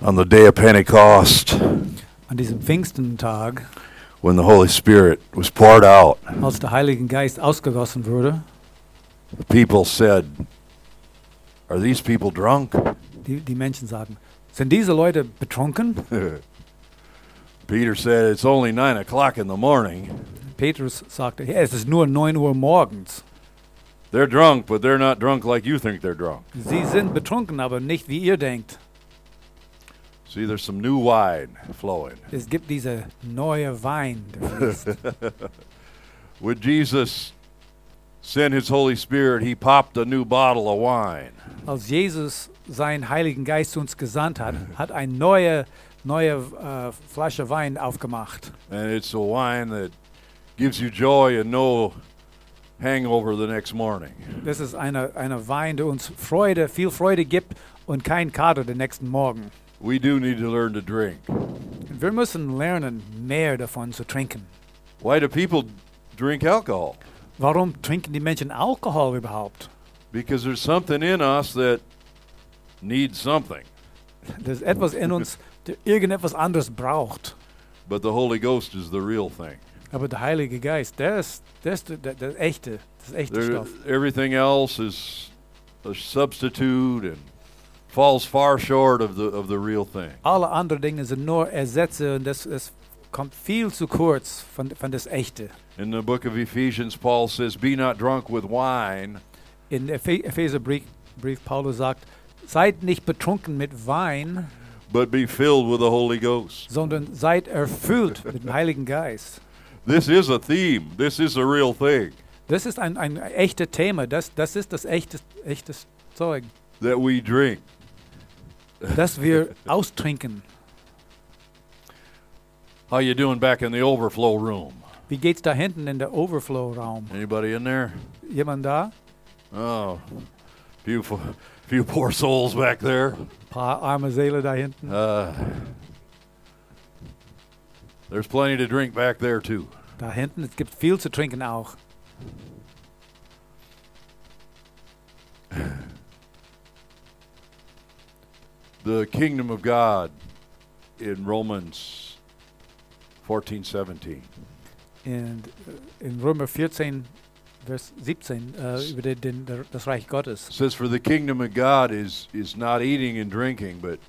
on the day of Pentecost, An diesem Pfingstentag, when the Holy Spirit was poured out, als der Heilige Geist ausgegossen wurde, the people said, Are these people drunk? die, die Menschen sagten, sind diese Leute betrunken? Peter said, It's only nine o'clock in the morning. Petrus sagte, ja, es ist nur 9 Uhr morgens. They're drunk, but they're not drunk like you think they're drunk. Sie sind betrunken, aber nicht wie ihr denkt. See, there's some new wine flowing. Es gibt diese neue Wein, der fließt. Would Jesus send his Holy Spirit, he popped a new bottle of wine. Als Jesus seinen Heiligen Geist zu uns gesandt hat, hat eine neue, neue äh, Flasche Wein aufgemacht. And it's a wine that gives you joy and no hangover the next morning. Das ist eine, eine Wein, der uns Freude, viel Freude gibt und kein Kater den nächsten Morgen. We do need to learn to drink. Wir müssen lernen, mehr davon zu trinken. Why do people drink alcohol? Warum trinken die Menschen Alkohol überhaupt? Because there's something in us that needs something, Das ist etwas in uns, der irgendetwas anderes braucht. but the Holy Ghost is the real thing. Aber der Heilige Geist, der ist, der ist der, der echte, das echte There, Stoff. everything else is a substitute and falls far short of the of the real thing. Alle anderen Dinge sind nur Ersätze und das, das kommt viel zu kurz von, von das Echte. In the book of Ephesians, Paul says, "Be not drunk with wine, In Ephe- Epheserbrief Brief Paulus sagt, seid nicht betrunken mit Wein, but be filled with the Holy Ghost." sondern seid erfüllt mit dem Heiligen Geist. This is a theme. This is a real thing Das ist ein, ein echtes Thema, das, das ist das echte, echtes Zeug, that we drink. das wir austrinken. How you doing back in the overflow room? Wie geht's da hinten in der Overflow-Raum? Anybody in there? Jemand da? Oh, few fo- few poor souls back there. Paar arme Seele da hinten. Uh, there's plenty to drink back there too. Da hinten, es gibt viel zu trinken auch. the kingdom of God in Romans 14 17. Und äh, in Römer 14, Vers 17, äh, über den, den, der, das Reich It Gottes. says, For the kingdom of God is, is not eating and drinking, but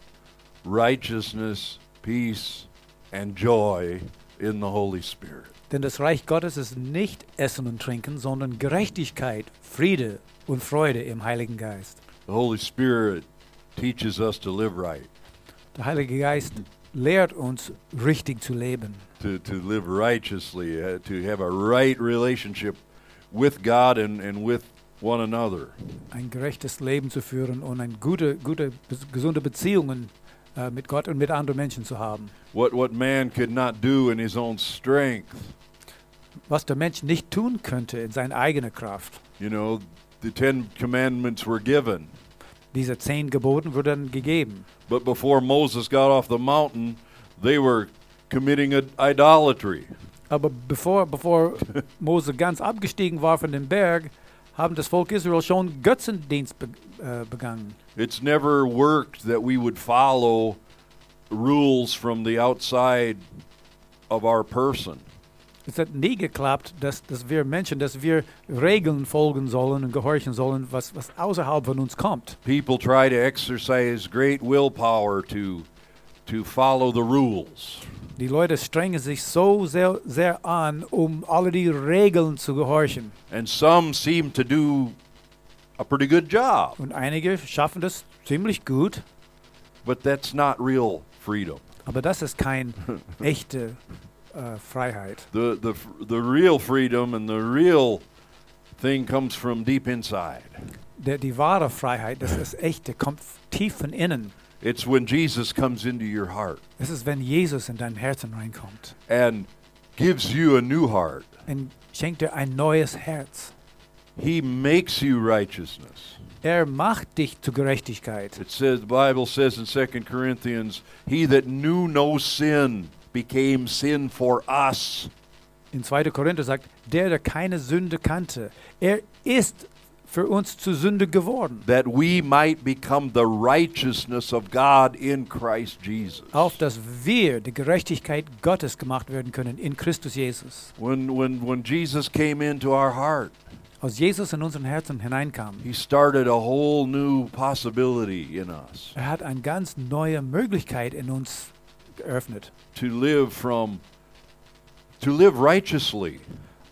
righteousness, peace, and joy in the Holy Spirit. Denn das Reich Gottes ist nicht Essen und Trinken, sondern Gerechtigkeit, Friede und Freude im Heiligen Geist. The Holy Spirit teaches us to live right, Der Heilige Geist lehrt uns, richtig zu leben. to, to live righteously, uh, to have a right relationship with God and, and with one another. ein gerechtes Leben zu führen und eine gute, gute bes- gesunde Beziehungen äh, mit Gott und mit anderen Menschen zu haben. What, what man could not do in his own strength. Was der Mensch nicht tun könnte in seiner eigenen Kraft. You know, the Ten Commandments were given. Diese zehn Geboten wurden gegeben. But before Moses got off the mountain, they were committing ad- idolatry. Aber bevor, bevor Mose ganz abgestiegen war von dem Berg, haben das Volk Israel schon Götzendienst be äh, begangen. It's never worked that we would follow rules from the outside of our person. Es hat nie geklappt, dass, dass wir Menschen, dass wir Regeln folgen sollen und gehorchen sollen, was, was außerhalb von uns kommt. People try to exercise great willpower to to follow the rules. Die Leute strengen sich so sehr, sehr an, um alle die Regeln zu gehorchen. And some seem to do a pretty good job, Und einige schaffen das ziemlich gut, but that's not real freedom. aber das ist keine echte äh, Freiheit. the the f- the real freedom and the real thing comes from deep inside. Der, die wahre Freiheit, das ist echte, kommt f- tief von innen. It's when Jesus comes into your heart Es ist, wenn Jesus in dein Herzen reinkommt and gives you a new heart. und schenkt dir ein neues Herz. He makes you righteousness. Er macht dich zu Gerechtigkeit. It says the Bible says in 2 Corinthians, he that knew no sin became sin for us. In 2. Korinther sagt, der, der keine Sünde kannte, er ist für uns zu Sünde geworden, that we might become the righteousness of God in Christ Jesus. auf dass wir die Gerechtigkeit Gottes gemacht werden können in Christus Jesus. When, when, when Jesus came into our heart, Aus Jesus in unseren Herzen hineinkam. he started a whole new possibility in us Er hat eine ganz neue Möglichkeit in uns geöffnet, to live from, to live righteously.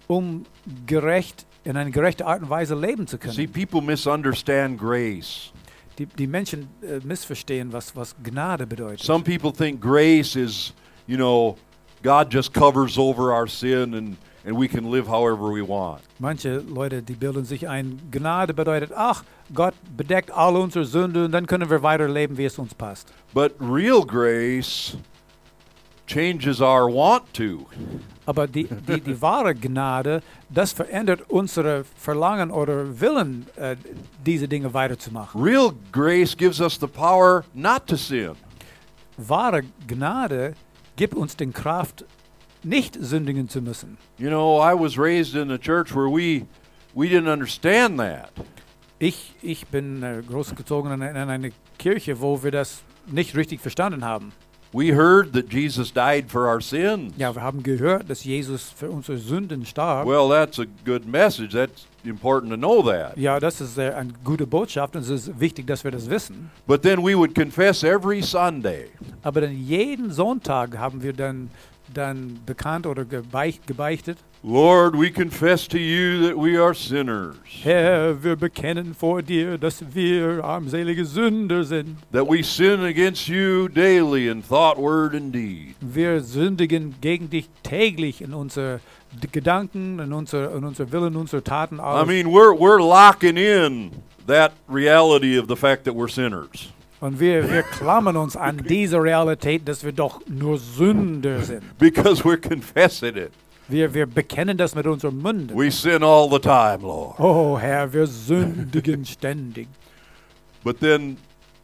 um gerecht in eine gerechte Art und Weise leben zu See, können. people misunderstand grace. Die, die Menschen äh, missverstehen, was, was Gnade bedeutet. Some people think grace is, you know, God just covers over our sin and, and we can live however we want. Manche Leute, die bilden sich ein, Gnade bedeutet, ach, Gott bedeckt all unsere Sünde und dann können wir weiterleben, wie es uns passt. But real grace changes our want to. Aber die, die, die wahre Gnade, das verändert unsere Verlangen oder Willen, äh, diese Dinge weiterzumachen. Real grace gives us the power not to sin. Wahre Gnade gibt uns den Kraft, nicht sündigen zu müssen. You know, I was raised in a church where we we didn't understand that. Ich, ich bin äh, großgezogen in, in eine Kirche, wo wir das nicht richtig verstanden haben. We heard that Jesus died for our sins. Ja, wir haben gehört, dass Jesus für unsere Sünden starb. Well, that's a good message. That's important to know that. Ja, das ist äh, eine gute Botschaft und es ist wichtig, dass wir das wissen. But then we would confess every Sunday. Aber dann jeden Sonntag haben wir dann, dann bekannt oder gebeicht, gebeichtet, Lord, we confess to you that we are sinners, Herr, wir bekennen vor dir, dass wir armselige Sünder sind. that we sin against you daily in thought, word, and deed. Wir sündigen gegen dich täglich in unsere D- Gedanken, in unser, in unser Willen, unsere Taten I aus. mean, we're, we're locking in that reality of the fact that we're sinners. Und wir, wir klammern uns an diese Realität, dass wir doch nur Sünder sind. because we're confessing it. Wir, wir bekennen das mit unserem Mund. We sin all the time, Lord. Oh Herr, wir sündigen ständig. But then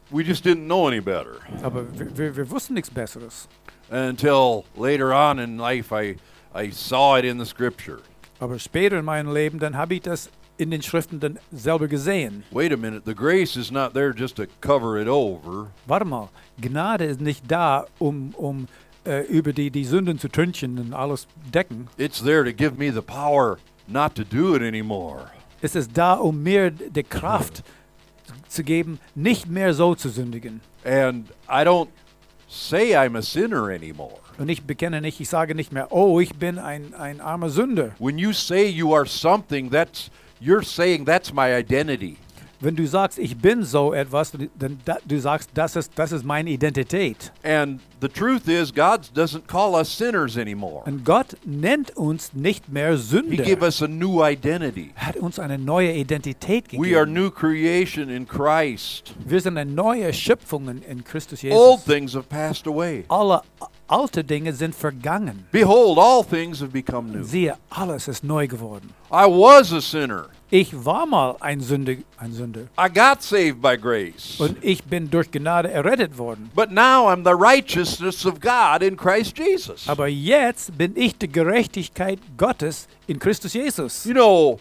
we just didn't know any better Aber wir, wir, wir wussten nichts Besseres. until later on in life I I saw it in the scripture. Aber später in meinem Leben, dann habe ich das in den Schriften dann selber gesehen. Wait a minute, the grace is not there just to cover it over. Warte mal, Gnade ist nicht da, um, um äh, über die, die Sünden zu tünchen und alles decken. It's there to give me the power not to do it anymore. Es ist da, um mir d- die Kraft zu geben, nicht mehr so zu sündigen. And I don't say I'm a sinner anymore. Und ich bekenne nicht, ich sage nicht mehr, oh, ich bin ein, ein armer Sünder. When you say you are something, that's you're saying that's my identity. Wenn du sagst, ich bin so etwas, dann da, du sagst, das ist, das ist meine Identität. And the truth is, God doesn't call us sinners anymore. Und Gott nennt uns nicht mehr He gave Sünder. us a new identity. Er hat uns eine neue Identität We are gegeben. new creation in Christ. Wir sind eine neue Schöpfung in, in Christus Old Jesus. things have passed away. Alle alte Dinge sind vergangen. Behold, all things have become new. Siehe, alles ist neu geworden. I was a sinner. Ich war mal ein Sünder, ein Sünder. I got saved by grace. Und ich bin durch Gnade errettet worden. But now I'm the righteousness of God in Christ Jesus. Aber jetzt bin ich die Gerechtigkeit Gottes in Christus Jesus. You know,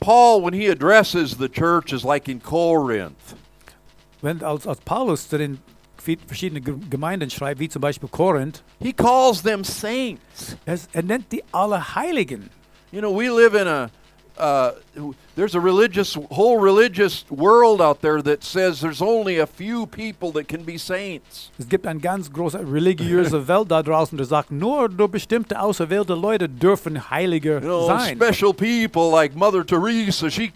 Paul, when he addresses the church, is like in Corinth. Wenn als, als Paulus zu den vi- verschiedenen Ge- Gemeinden schreibt, wie zum Beispiel Korinth, He calls them saints. es, er nennt die alle Heiligen. You know, we live in a uh, there's a religious whole religious world out there that says there's only a few people that can be saints. Es gibt eine ganz große religiöse Welt da draußen, die sagt, nur, nur bestimmte auserwählte Leute dürfen You Heilige know, sein. special people like Mother Teresa. She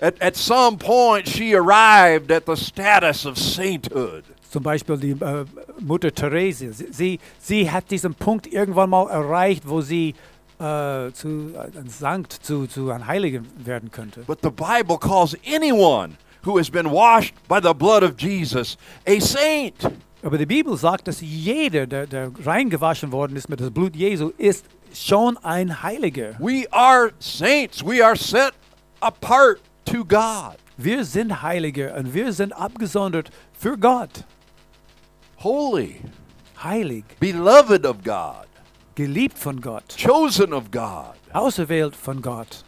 at at some point she arrived at the status of sainthood. Zum Beispiel die äh, Mutter Therese. Sie, sie, sie hat diesen Punkt irgendwann mal erreicht, wo sie äh, zu äh, ein Sankt, zu, zu einem Heiligen werden könnte. But the Bible calls anyone who has been washed by the blood of Jesus a saint. Aber die Bibel sagt, dass jeder, der, der reingewaschen worden ist mit dem Blut Jesu, ist schon ein Heiliger. We are saints. We are set apart to God. Wir sind Heilige und wir sind abgesondert für Gott. Holy, Heilig, beloved of God. geliebt von Gott, chosen of God, auserwählt von Gott,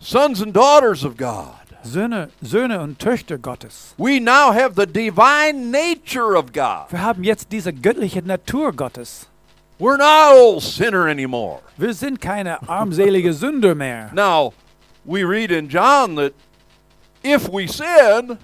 sons and daughters of God. Söhne, Söhne und Töchter Gottes. We now have the divine nature of God. Wir haben jetzt diese göttliche Natur Gottes. We're not old sinner anymore. Wir sind keine armselige Sünder mehr. Now, we read in John that if we sin,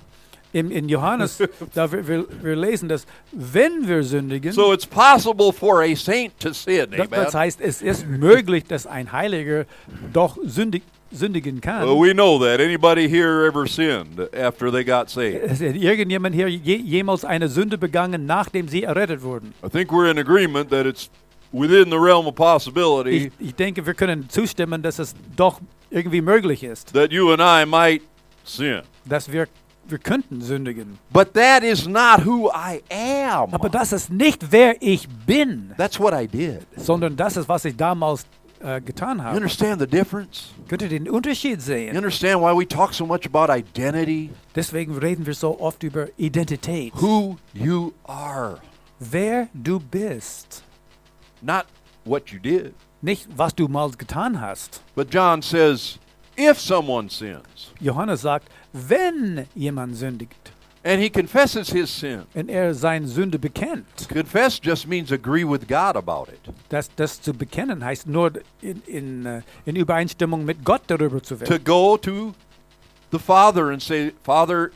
In, in Johannes, da wir, wir, wir lesen, dass wenn wir sündigen, so it's possible for a saint to sin. das, Amen. das heißt, es ist möglich, dass ein Heiliger doch sündig, sündigen kann. Well, we know that. Anybody here ever sinned after they got saved? Es hat irgendjemand hier je, jemals eine Sünde begangen, nachdem sie errettet wurden? I think we're in agreement that it's within the realm of possibility Ich, ich denke, wir können zustimmen, dass es doch irgendwie möglich ist, that you and I might sin. dass wir, wir könnten sündigen. But that is not who I am. Aber das ist nicht, wer ich bin, That's what I did. sondern das ist, was ich damals äh, getan You habe. understand the difference? Könnt ihr den Unterschied You sehen? understand why we talk so much about identity? Deswegen reden wir so oft über Identität. Who you are, Wer du bist. not what you did. Nicht, was du mal getan hast. But John says, if someone sins Johannes sagt, wenn jemand sündigt and he confesses his sin, und er seine Sünde bekennt, confess just means agree with God about it. das, das zu bekennen heißt nur in, in, äh, in Übereinstimmung mit Gott darüber zu to werden. go to the father and say, Father,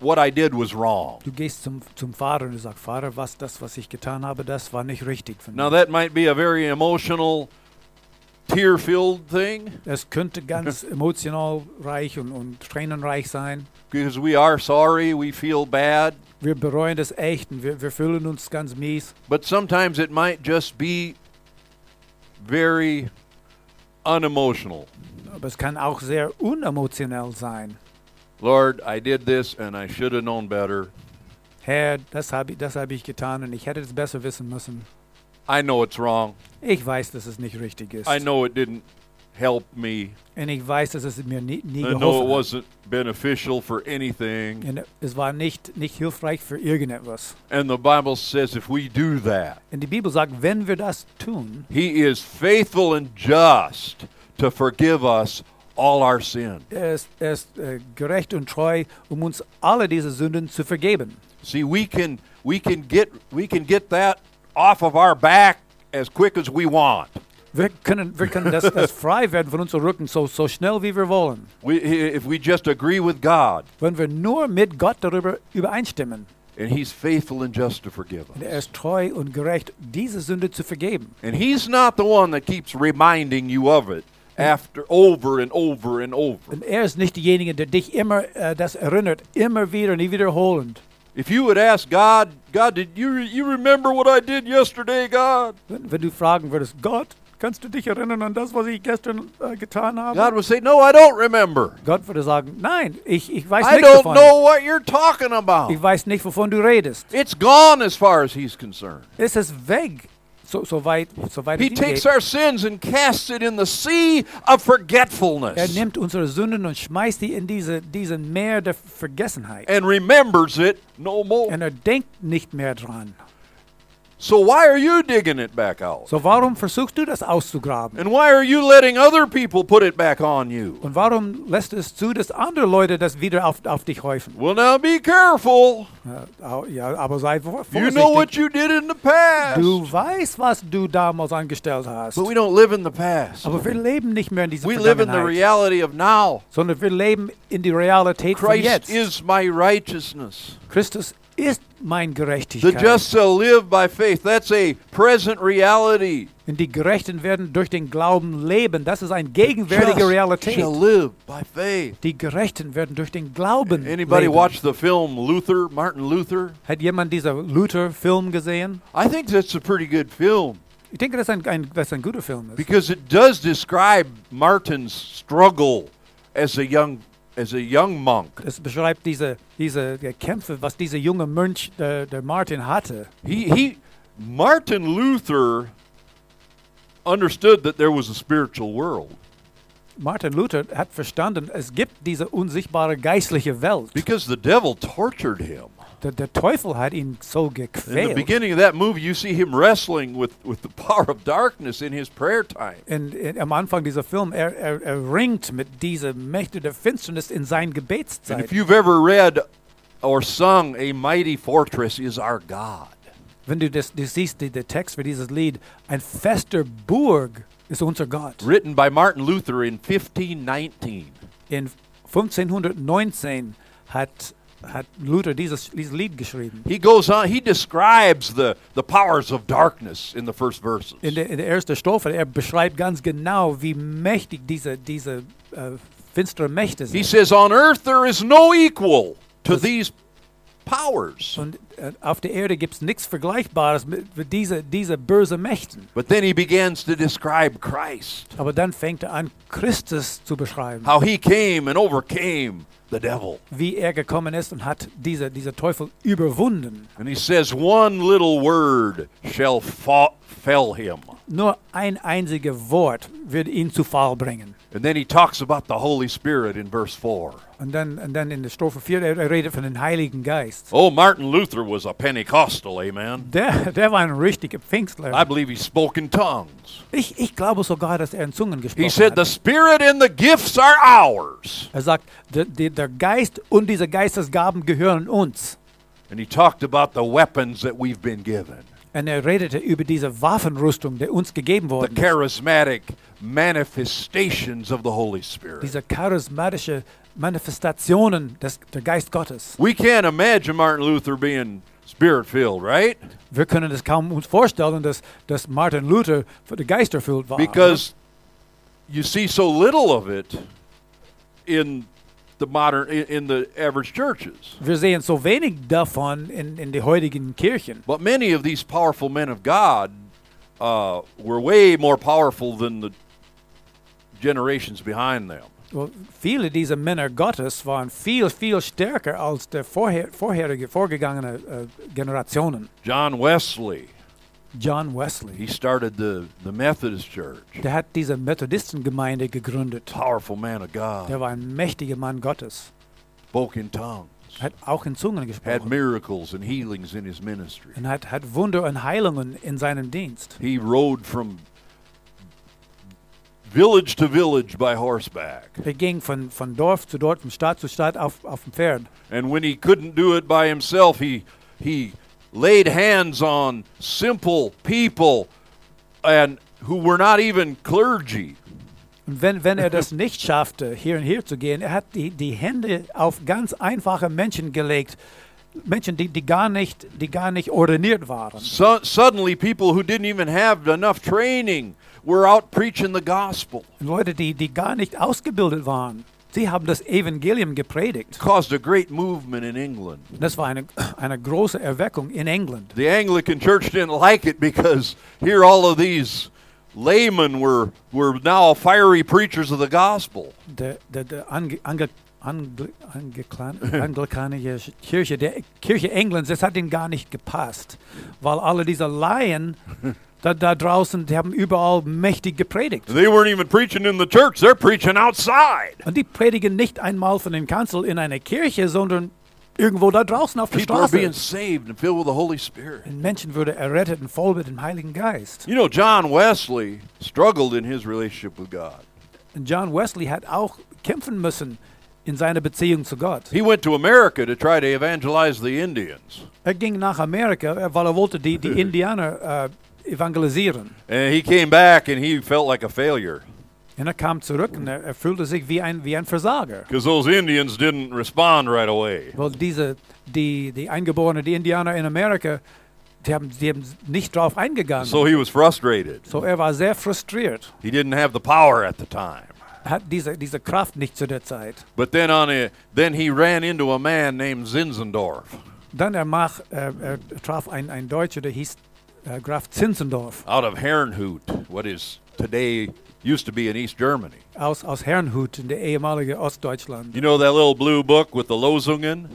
what I did was wrong. Du gehst zum, zum Vater und du sagst, Vater, was das, was ich getan habe, das war nicht richtig von Now, mir. that might be a very emotional, tear filled thing Das könnte ganz emotional reich und, und tränenreich sein. because we are sorry, we feel bad, Wir bereuen das echt und wir, wir fühlen uns ganz mies. but sometimes it might just be very unemotional. Aber es kann auch sehr unemotionell sein. Lord, I did this and I should have known better. Herr, das habe ich, das habe ich getan und ich hätte es besser wissen müssen. I know it's wrong. Ich weiß, dass es nicht richtig ist. I know it didn't help me. Und ich weiß, dass es mir nie, nie I know it geholfen hat. wasn't beneficial for anything. Und es war nicht, nicht hilfreich für irgendetwas. And the Bible says if we do that, Und die Bibel sagt, wenn wir das tun, He is faithful and just to forgive us all our sin. er ist, er ist äh, gerecht und treu, um uns alle diese Sünden zu vergeben. See, we can we can get we can get that off of our back as quick as we want. Wir können, wir können das, das frei werden von unserem Rücken, so, so schnell wie wir wollen. We, if we just agree with God, Wenn wir nur mit Gott darüber übereinstimmen. and He's faithful and just to forgive Und er us. ist treu und gerecht, diese Sünde zu vergeben. And He's not the one that keeps reminding you of it after over and over and over. Und er ist nicht derjenige, der dich immer äh, das erinnert, immer wieder, nie wiederholend. If you would ask God, God, did you you remember what I did yesterday, God? Wenn, wenn du fragen würdest, Gott, kannst du dich erinnern an das, was ich gestern äh, getan habe? God would say, No, I don't remember. Gott würde sagen, nein, ich, ich weiß I nichts don't davon. know what you're talking about. Ich weiß nicht, wovon du redest. It's gone as far as he's concerned. Es ist weg, so, so weit, so weit He es ihn takes geht. our sins and casts it in the sea of Er forgetfulness nimmt unsere Sünden und schmeißt die in diese, diesen Meer der Vergessenheit. and remembers it no more. Und er denkt nicht mehr dran. So why are you digging it back out? So warum versuchst du das auszugraben? And why are you letting other people put it back on you? Und warum lässt es zu, dass andere Leute das wieder auf, auf dich häufen? Well, now be careful. Äh, au- Ja, aber sei vor- You know what vorsichtig. you did in the past. Du weißt, was du damals angestellt hast. But we don't live in the past. Aber wir leben nicht mehr in dieser We live in the Vergangenheit, reality of now. sondern wir leben in die Realität von Christ jetzt. is my righteousness. Christus ist mein The Gerechtigkeit. just shall live by faith. That's a present reality. Und die Gerechten werden durch den Glauben leben. Das ist eine gegenwärtige Just Realität. shall live by faith. Die Gerechten werden durch den Glauben Anybody leben. watch the film Luther, Martin Luther? Hat jemand dieser Luther-Film gesehen? I think that's a pretty good film Ich denke, dass ein, ein, dass ein guter Film ist. because it does describe Martin's struggle as a young as a young monk. Es beschreibt diese, diese die Kämpfe, was dieser junge Mönch, der, der Martin, hatte. He he Martin Luther understood that there was a spiritual world Martin Luther hat verstanden, es gibt diese unsichtbare geistliche Welt, because the devil tortured him. der, der Teufel hat ihn so In the gequält. beginning of that movie, you see him wrestling with, with the power of darkness in his prayer time. In, in, am Anfang dieser Film, er, er, er ringt mit dieser Mächte der Finsternis in seinen And Gebetszeit. if you've ever read or sung A Mighty Fortress is Our God, Wenn du das, das siehst, die, der Text für dieses Lied, ein fester Burg ist unser Gott. written by Martin Luther in 1519, In 1519 hat, hat Luther dieses, dieses Lied geschrieben. he goes on, he describes the, the powers of darkness in the first verses. In der, in der ersten Strophe, er beschreibt ganz genau, wie mächtig diese, diese äh, finstere Mächte He sind. says, On earth there is no equal to these powers. Und äh, auf der Erde gibt es nichts Vergleichbares mit mit diese, diese bösen Mächten. But then he begins to describe Christ, Aber dann fängt er an, Christus zu beschreiben, how he came and overcame the devil. wie er gekommen ist und hat diese, diese Teufel überwunden. And he says, One little word shall fa- fell him. Nur ein einziges Wort wird ihn zu Fall bringen. And then he talks about the Holy Spirit in verse 4. Und dann, und dann in der Strophe 4, er, er redet von dem Heiligen Geist. Oh, Martin Luther was a Pentecostal, amen. Der, der war ein richtiger I Pfingstler. believe he spoke in tongues. Ich, ich glaube sogar, dass er in Zungen He gesprochen said, The hat. Spirit and the gifts are ours. Er sagt, der, der, der Geist und diese Geistesgaben gehören uns. And he talked about the weapons that we've been given. Und er redete über diese Waffenrüstung, die uns gegeben the worden ist. charismatic manifestations of the Holy Spirit. Diese charismatische Manifestationen des, der Geist Gottes. We can't imagine Martin Luther being spirit filled, right? Wir können das kaum uns vorstellen, dass, dass Martin Luther von der Geist erfüllt war. Because you see so little of it in the modern in, in the average churches. wir sehen so wenig davon in, in den heutigen Kirchen. But many of these powerful men of God uh, were way more powerful than the generations behind them. Well, viele dieser Männer Gottes waren viel, viel stärker als der vorher, vorherige, vorgegangene äh, Generationen. John Wesley, John he Wesley, started the, the Methodist Church. der hat diese Methodistengemeinde gegründet. Powerful man of God, Der war ein mächtiger Mann Gottes, spoke in tongues. hat auch in Zungen had gesprochen miracles and healings in his ministry. und hat, hat Wunder und Heilungen in seinem Dienst. He rode from village to village by horseback. Er ging von, von Dorf zu Dorf, von Stadt zu Stadt auf, auf dem Pferd. And when he couldn't do it by himself, he he laid hands on simple people and who were not even clergy. Und wenn, wenn er das nicht schaffte, hier und hier zu gehen, er hat die, die Hände auf ganz einfache Menschen gelegt. Menschen, die, die, gar nicht, die gar nicht ordiniert waren. So, suddenly people who didn't even have enough training were out preaching the gospel. Und Leute, die, die gar nicht ausgebildet waren. Sie haben das Evangelium gepredigt. Caused a great movement in England. Das war eine, eine große Erweckung in England. The Anglican Church didn't like it because here all of these laymen were were now fiery preachers of the gospel. Der, der, der Ange, Ange, Angle, Angliklan- anglikanische Kirche, der Kirche Englands, das hat ihnen gar nicht gepasst. Weil alle diese Laien da, da draußen, die haben überall mächtig gepredigt. They weren't even preaching in the church; they're preaching outside. Und die predigen nicht einmal von dem Kanzel in einer Kirche, sondern irgendwo da draußen auf der People are Straße. being saved and filled with the Holy Spirit. Ein Menschen würde errettet und voll mit dem Heiligen Geist. You know, John Wesley struggled in his relationship with God. Und John Wesley hat auch kämpfen müssen in seiner Beziehung zu Gott. He went to America to try to evangelize the Indians, Er ging nach Amerika, äh, weil er wollte die, die Indianer äh, evangelisieren. and he came back and he felt like a failure Und er kam zurück und er, er fühlte sich wie ein, wie ein Versager. because those Indians didn't respond right away. Weil diese, die, die Eingeborenen, die Indianer in Amerika, die haben, die haben nicht drauf eingegangen. So he was frustrated. so er war sehr frustriert. He didn't have the power at the time. hat diese, diese Kraft nicht zu der Zeit. But then on a, then he ran into a man named Zinzendorf Dann er, mach, er, er traf einen, einen Deutscher, der hieß äh, Graf Zinzendorf out of Herrnhut, what is today used to be in East Germany. aus, aus Herrnhut in der ehemaligen Ostdeutschland. You know that little blue book with the Losungen?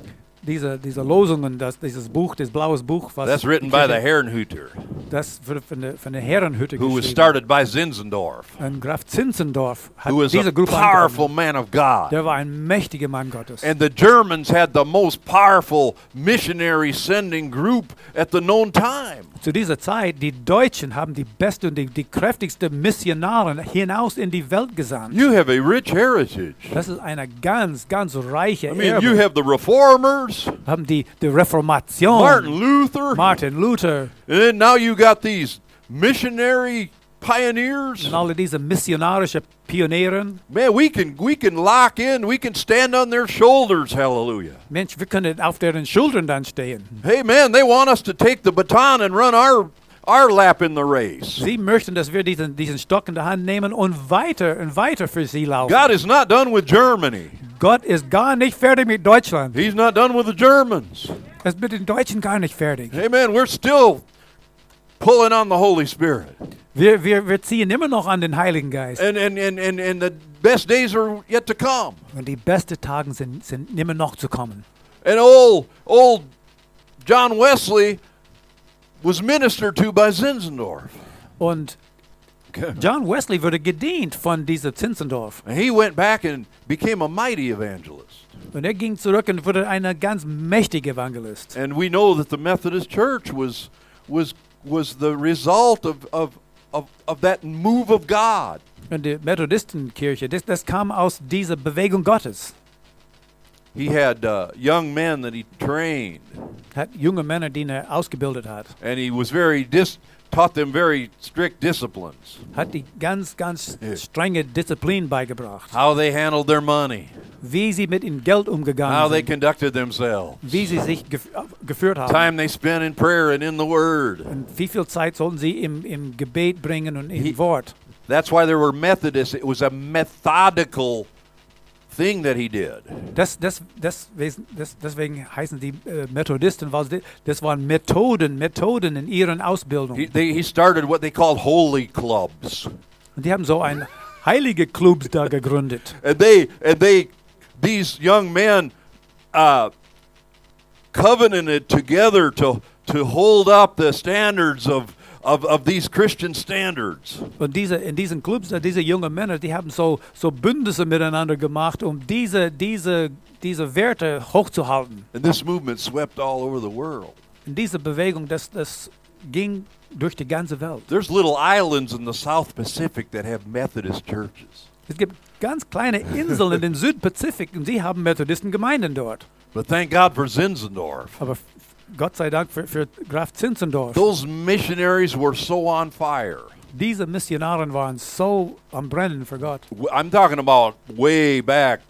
Diese, diese Losungen, das, dieses Buch, das blaues Buch, was That's written by the Herrnhuter. das für, für, eine, für eine Herrenhütte who was geschrieben. started by Zinzendorf, Und Graf Zinzendorf hat who was diese a Gruppe powerful angefangen. man of God. Der war ein mächtiger Mann Gottes. And the Germans had the most powerful missionary sending group at the known time. Zu dieser Zeit, die Deutschen haben die beste und die, die kräftigste Missionaren hinaus in die Welt gesandt. You have a rich heritage. Das ist eine ganz, ganz reiche I mean, you Erbe. have the reformers, Haben die, die Reformation, Martin Luther, Martin Luther and then now you got these missionary pioneers. und alle diese missionarische Pionieren. Man, we can we can lock in. We can stand on their shoulders. Hallelujah. Mensch, wir können auf deren Schultern dann stehen. Hey, man, they want us to take the baton and run our our lap in the race. Sie möchten, dass wir diesen, diesen Stock in der Hand nehmen und weiter und weiter für sie laufen. God is not done with Germany. Gott ist gar nicht fertig mit Deutschland. He's not done with the Germans. Er ist mit den Deutschen gar nicht fertig. Hey, man, we're still pulling on the Holy Spirit, Wir, wir, wir ziehen immer noch an den Heiligen Geist. and and and and, and the best days are yet to come. Und die besten Tage sind, sind immer noch zu kommen. And old old John Wesley was ministered to by Zinzendorf. Und John Wesley wurde gedient von dieser Zinzendorf. And he went back and became a mighty evangelist. Und er ging zurück und wurde ein ganz mächtiger Evangelist. And we know that the Methodist Church was was was the result of of of, of that move of God. Und die Methodistenkirche, das, das kam aus dieser Bewegung Gottes. He had uh, young men that he trained, Hat junge Männer, die er ausgebildet hat. and he was very dis- taught them very strict disciplines. Hat die ganz, ganz Ja. strenge Disziplin beigebracht. How they handled their money, Wie sie mit dem Geld how umgegangen they sind. conducted themselves, Wie sie sich gef geführt haben. time they spent in prayer and in the Word. Und wie viel Zeit sollten sie im, im Gebet bringen und im He- Wort? That's why there were Methodists. It was a methodical thing that he did. Das, das, das, wes- das, deswegen heißen die äh, Methodisten, weil sie- das waren Methoden, Methoden in ihren He, Ausbildungen. they, he started what they called holy clubs. Und die haben so ein heilige Club da gegründet. and they and they these young men uh, covenanted together to to hold up the standards of of, of these Christian standards. Und diese, in diesen Clubs, da diese jungen Männer, die haben so, so Bündnisse miteinander gemacht, um diese, diese, diese Werte hochzuhalten. And this movement swept all over the world. Und diese Bewegung, das, das ging durch die ganze Welt. There's little islands in the South Pacific that have Methodist churches. Es gibt ganz kleine Inseln in den Südpazifik und sie haben Methodistengemeinden dort. But thank God for Zinzendorf. Aber f- Gott sei Dank für, für Graf Zinzendorf. Those missionaries were so on fire. Diese Missionaren waren so am Brennen für Gott. W- I'm talking about way back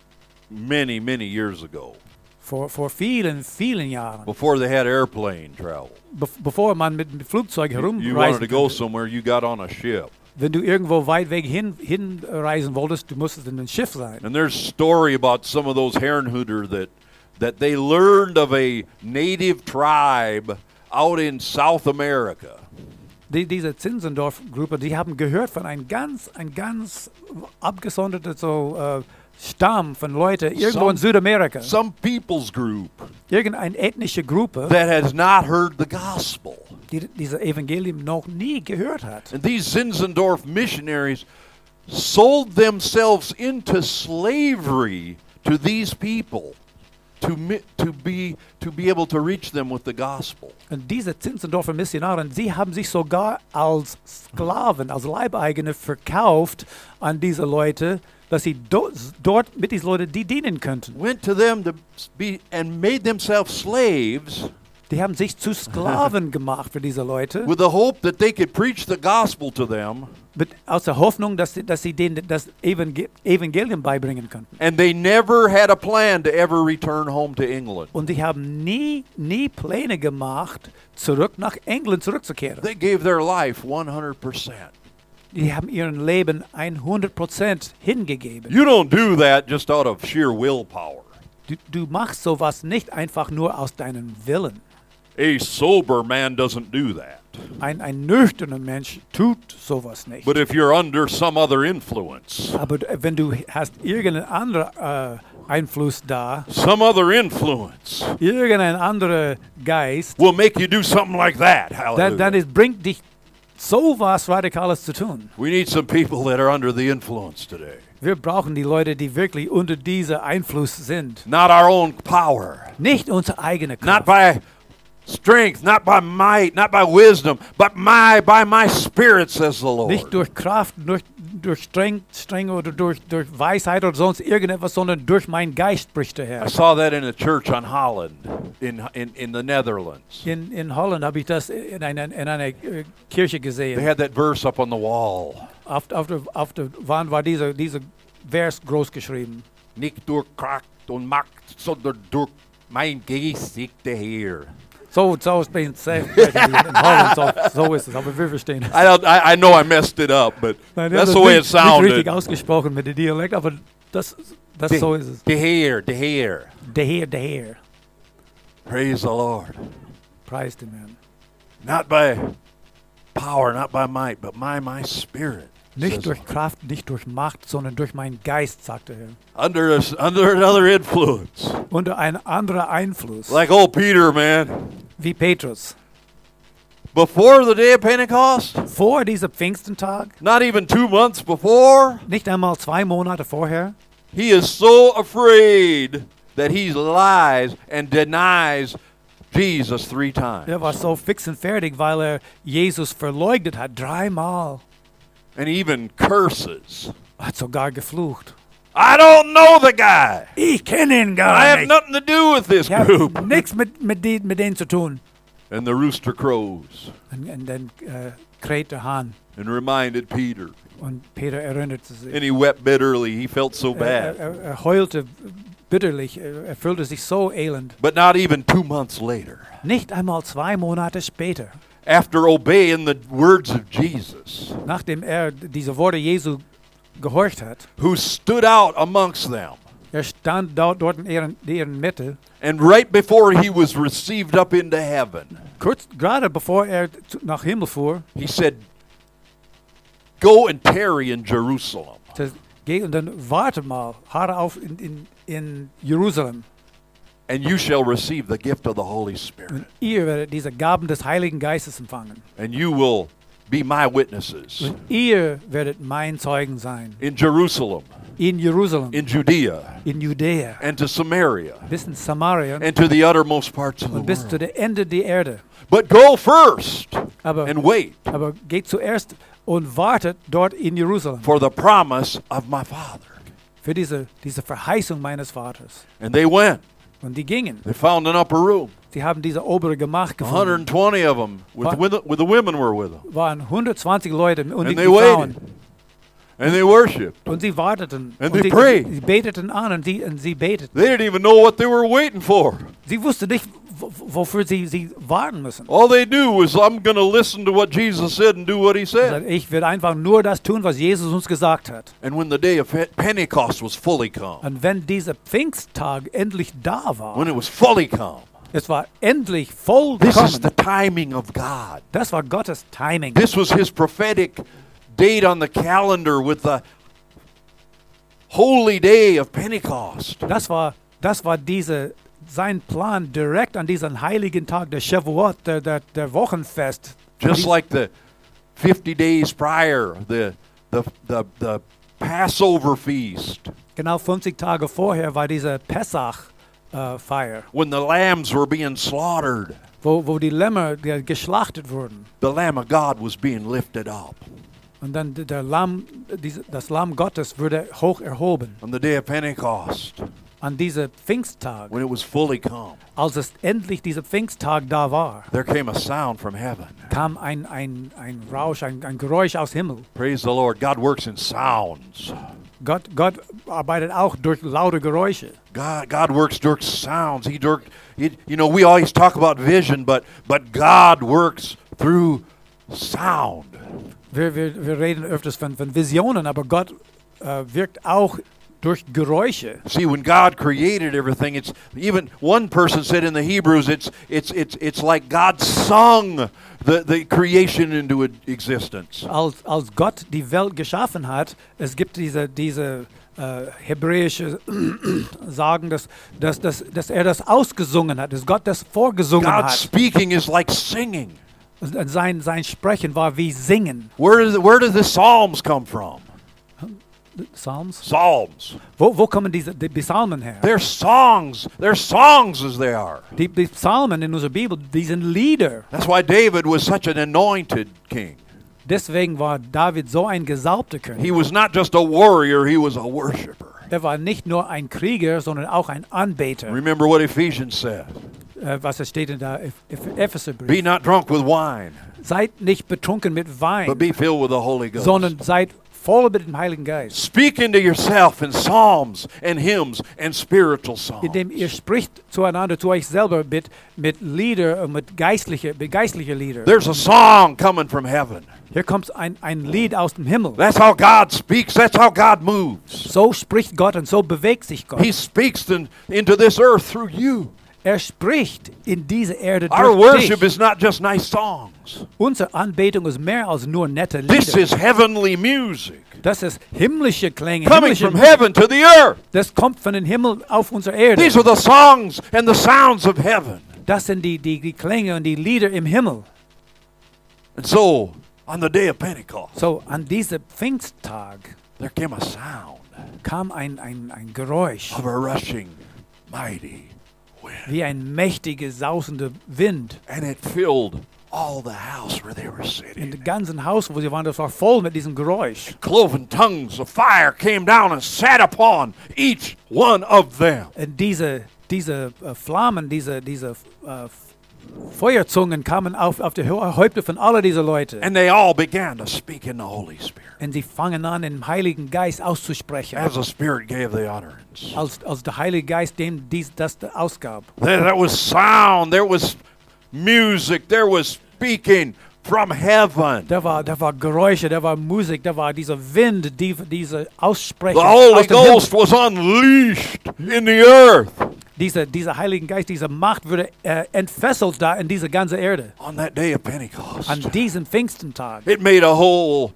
many, many years ago, Vor, vor vielen, vielen Jahren. before they had airplane travel. Be bevor man mit dem Flugzeug You wanted herumreisen to go konnte. somewhere, you got on a ship. Wenn du irgendwo weit weg hin, hinreisen wolltest, du musstest in ein Schiff sein. And there's story about some of those Herrenhuter that that they learned of a native tribe out in South America. Die, diese Zinzendorf-Gruppe, die haben gehört von einem ganz, ein ganz abgesonderten so, äh, Stamm von Leuten irgendwo in Some- Südamerika. Some people's group Irgendeine ethnische Gruppe, that has not heard the gospel. die dieses Evangelium noch nie gehört hat. And these Zinzendorf missionaries sold themselves into slavery to these people to mi- to be to be able to reach them with the gospel. Und diese Zinzendorfer Missionaren, sie haben sich sogar als Sklaven, als Leibeigene verkauft an diese Leute, dass sie do dort mit diesen Leuten die dienen könnten. went to them to be and made themselves slaves Die haben sich zu Sklaven gemacht für diese Leute, with the hope that they could preach the gospel to them mit, aus der Hoffnung, dass sie, dass sie denen das Evangel Evangelium beibringen könnten. and they never had a plan to ever return home to England. Und sie haben nie, nie Pläne gemacht, zurück nach England zurückzukehren. They gave their life 100%. Die haben ihren Leben 100% hingegeben. You don't do that just out of sheer willpower. Du, du machst sowas nicht einfach nur aus deinem Willen. A sober man doesn't do that. Ein, ein nüchterner Mensch tut sowas nicht. But if you're under some other influence, Aber d- wenn du hast irgendeinen anderen äh, Einfluss da, some other influence irgendein anderer Geist, will make you do something like that. dann, dann Hallelujah. ist, bringt dich so was Radikales zu tun. We need some people that are under the influence today. Wir brauchen die Leute, die wirklich unter dieser Einfluss sind. Not our own power, Nicht unsere eigene not Kraft. by strength, not by might, not by wisdom, but my by my spirit, says the Lord. Nicht durch Kraft, durch, durch Streng, Strenge oder durch, durch Weisheit oder sonst irgendetwas, sondern durch meinen Geist spricht der I Herr. saw that in a church on Holland in in, in the Netherlands. In, in Holland habe ich das in einer, in einer äh, Kirche They gesehen. had that verse up on the wall. Auf, auf, der, auf der Wand war dieser, dieser Vers groß geschrieben. Nicht durch Kraft und Macht, sondern durch mein Geist, sagt der Herr. So, so ist es in Holland, so, so ist es, aber wir verstehen es. I, don't, I, I know I messed it up, but Nein, that's das the way it nicht, nicht sounded. richtig ausgesprochen mit dem Dialekt, aber das, das De- so ist es. De Heer, De Heer. Der Herr, der Herr, Praise the Lord. preist den Herrn. Not by power, not by might, but by my spirit. says Nicht durch the Lord. Kraft, nicht durch Macht, sondern durch meinen Geist, sagt der Herr. Under, us, under another influence. Unter ein anderer Einfluss, Like old Peter, man. wie Petrus. Before the day of Pentecost, Vor diesem Pfingstentag, not even two months before, nicht einmal zwei Monate vorher, he is so afraid that he lies and denies Jesus three times. er war so fix und fertig, weil er Jesus verleugnet hat, dreimal. And he even curses. Hat sogar geflucht. I don't know the guy. Ich kenne ihn I gar have nicht. nothing to do with this Ich group. habe nichts mit, mit, die, mit denen zu tun. And the rooster crows Und, und dann äh, kräht der Hahn and reminded Peter. und Peter erinnerte sich. And he wept bitterly. He felt so Er, bad. er, er heulte bitterlich, er, er fühlte sich so elend. But not even two months later, Nicht einmal zwei Monate später, after obeying the words of Jesus, nachdem er diese Worte Jesu gehorcht hat, who stood out amongst them, er stand dort, dort in ihren, ihren Mitte, and right before he was received up into heaven, kurz gerade bevor er zu, nach Himmel fuhr, he said, Go and tarry in Jerusalem. das, geh und dann warte mal, haare auf in, in, in Jerusalem. And you shall receive the gift of the Holy Spirit, Ihr werdet diese Gaben des Heiligen Geistes empfangen. and you will be my witnesses Und ihr werdet mein Zeugen sein. in Jerusalem, In Jerusalem, in, in Judea, Judäa, and to Samaria, bis in Samaria and to the uttermost parts of the und bis zu world. der Ende der Erde. But go first Aber, and wait aber geht zuerst und wartet dort in Jerusalem for the promise of my Father. für diese, diese Verheißung meines Vaters. And they went. Und die gingen. They found an upper room. Sie haben diese obere Gemach gefunden. 120 of them, with, Oh. What? with, the, with the women were with them. Waren 120 Leute und die And die they waited. Frauen. And they worshiped. Und sie warteten. And und they sie, prayed. sie beteten an und sie, und sie beteten. They didn't even know what they were waiting for. Sie wussten nicht, wo- wo- wofür sie, sie warten müssen. All they knew was, I'm going to listen to what Jesus said and do what he said. Sondern Ich werde einfach nur das tun, was Jesus uns gesagt hat. And when the day of Pe- Pentecost was fully come, Und wenn dieser Pfingsttag endlich da war, when it was fully come, es war endlich this is the vollkommen. timing of God. Das war Gottes Timing. This was his prophetic date on the calendar with the holy day of Pentecost. Das war, das war diese, sein Plan direkt an diesen heiligen Tag, der Shavuot, der, der, der Wochenfest. Just Dies- like the 50 days prior, the, the, the, the Passover feast, genau 50 Tage vorher war diese Pessach-Feier, äh, Feier, when the lambs were being slaughtered, wo, wo die Lämmer ge- geschlachtet wurden. the Lamb of God was being lifted up. Und dann d- der Lamm, diese, das Lamm Gottes wurde hoch erhoben On the day of Pentecost, an diesem Pfingsttag. when it was fully come, Als es endlich dieser Pfingsttag da war, there came a sound from heaven. kam ein, ein, ein Rausch, ein, ein Geräusch aus Himmel. Praise the Lord. God works in sounds. Gott, Gott arbeitet auch durch laute Geräusche. God, God works Dirk sounds. He Dirk, he, you know, we always talk about vision, but but God works through sound. Wir, wir, wir reden öfters von, von Visionen, aber Gott äh, wirkt auch durch Geräusche. See, when God created everything, it's even one person said in the Hebrews, it's it's it's it's like God sung the the creation into e-, existence. Als, als Gott die Welt geschaffen hat, es gibt diese, diese äh, hebräische Sagen, dass, dass, dass, dass er das ausgesungen hat, dass Gott das vorgesungen God hat. speaking is like singing. sein, sein Sprechen war wie Singen. Where does where do the Psalms come from? Psalms? Psalms. Wo, wo kommen diese, die, die Psalmen her? They're songs. They're songs as they are. Die, die Psalmen in unserer Bibel, die sind Lieder. That's why David was such an anointed king. Deswegen war David so ein gesalbter König. He was not just a warrior, he was a worshiper. Er war nicht nur ein Krieger, sondern auch ein Anbeter. Remember what Ephesians said. Äh, was es steht in der Eph- Eph- Epheserbrief. Be not drunk with wine, Seid nicht betrunken mit but Wein, be filled with the Holy Ghost. sondern seid voll mit dem Heiligen Geist, Speaking to yourself in psalms and hymns and spiritual songs. indem ihr spricht zueinander, zu euch selber mit, mit Lieder, und mit geistliche, mit geistliche Lieder. There's a song coming from heaven. Hier kommt ein, ein Lied aus dem Himmel. That's how God speaks. That's how God moves. So spricht Gott und so bewegt sich Gott. He speaks in, into this earth through you. Er spricht in diese Erde Our durch worship dich. is not just nice songs. Unsere Anbetung ist mehr als nur nette This Lieder. is heavenly music Das ist himmlische Klänge. coming Himmlische, from heaven to the earth. das kommt von den Himmel auf unsere Erde. These are the songs and the sounds of heaven. Das sind die, die, die Klänge und die Lieder im Himmel. And so, on the day of Pentecost, So, an diesem Pfingsttag there came a sound kam ein, ein, ein Geräusch, of a rushing, mighty wind. wie ein mächtiger, sausender Wind. And it filled all the house where they were In sitting. dem ganzen Haus, wo sie waren, das war voll mit diesem Geräusch. Cloven tongues of fire came down and sat upon each one of them. Und diese, diese äh, Flammen, diese, diese äh, Feuerzungen kamen auf, auf die Hö- Häupter von all dieser Leute. And they all began to speak in the Holy Spirit Und sie fangen an, im Heiligen Geist auszusprechen, as the Spirit gave the utterance. als, als der Heilige Geist dem dies, das ausgab. There, there was sound, there was music, there was speaking from heaven. Da war, da war Geräusche, da war Musik, da war dieser Wind, die, diese Aussprechung. The Holy aus dem Himmel. Ghost was unleashed in the earth Diese, dieser Heiligen Geist, diese Macht würde äh, entfesselt da in diese ganze Erde. on that day of Pentecost. An diesem Pfingstentag. It made a whole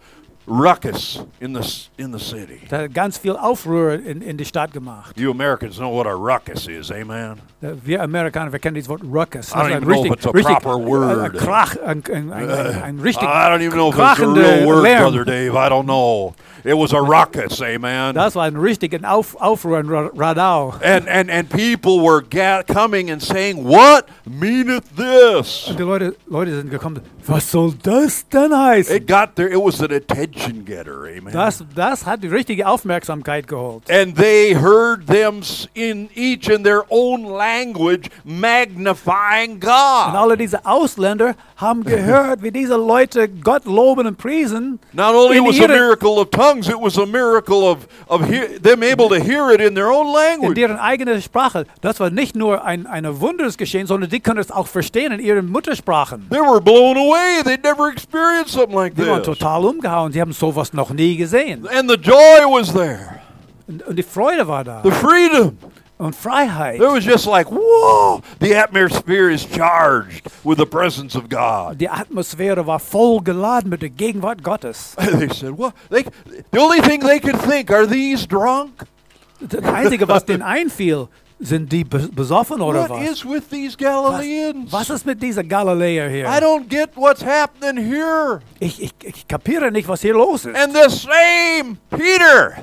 ruckus in the, s- in the city. Da hat ganz viel Aufruhr in, in die Stadt gemacht. You Americans know what a ruckus is, amen? Äh, Wir Amerikaner, wir kennen dieses Wort Ruckus. I don't ist even know if it's a proper äh, word. Ah. Ein Krach, ein, ein, ein, ein, ein richtig I don't even know if it's a krachender real word, Lärm. Brother Dave. I don't know. It was a ruckus, amen? Das war ein richtiger Auf, Aufruhr in Ra- Radau. and and and people were ga- coming and saying, "What meaneth this?" Die Leute, Leute sind gekommen. Was soll das denn heißen? It got there. It was an attention getter. Amen. Das, das hat die richtige Aufmerksamkeit geholt. and they heard them s- in each in their own language magnifying Und God. alle diese Ausländer haben gehört, wie diese Leute Gott loben und priesen. Not only in was a ihre- miracle of tongues, it was a miracle of of hear, them able to hear it in their own in language. deren eigene Sprache. Das war nicht nur ein eine Wundersgeschehen, sondern die können es auch verstehen in ihren Muttersprachen. They were blown away. They'd never experienced something like Die waren this. total umgehauen. Sie haben sowas noch nie gesehen. And the joy was there. Und, und die Freude war da The freedom. und Freiheit. There was just like, whoa, the atmosphere is charged with the presence of God. Die Atmosphäre war voll geladen mit der Gegenwart Gottes. they said, what? They, the only thing they could think, are these drunk? Das Einzige, was denen einfiel, sind die be- besoffen oder What was? is with these Galileans? Was ist mit dieser Galiläer I hier? don't get what's happening here. Ich, ich, ich kapiere nicht, was hier los ist. And the same Peter,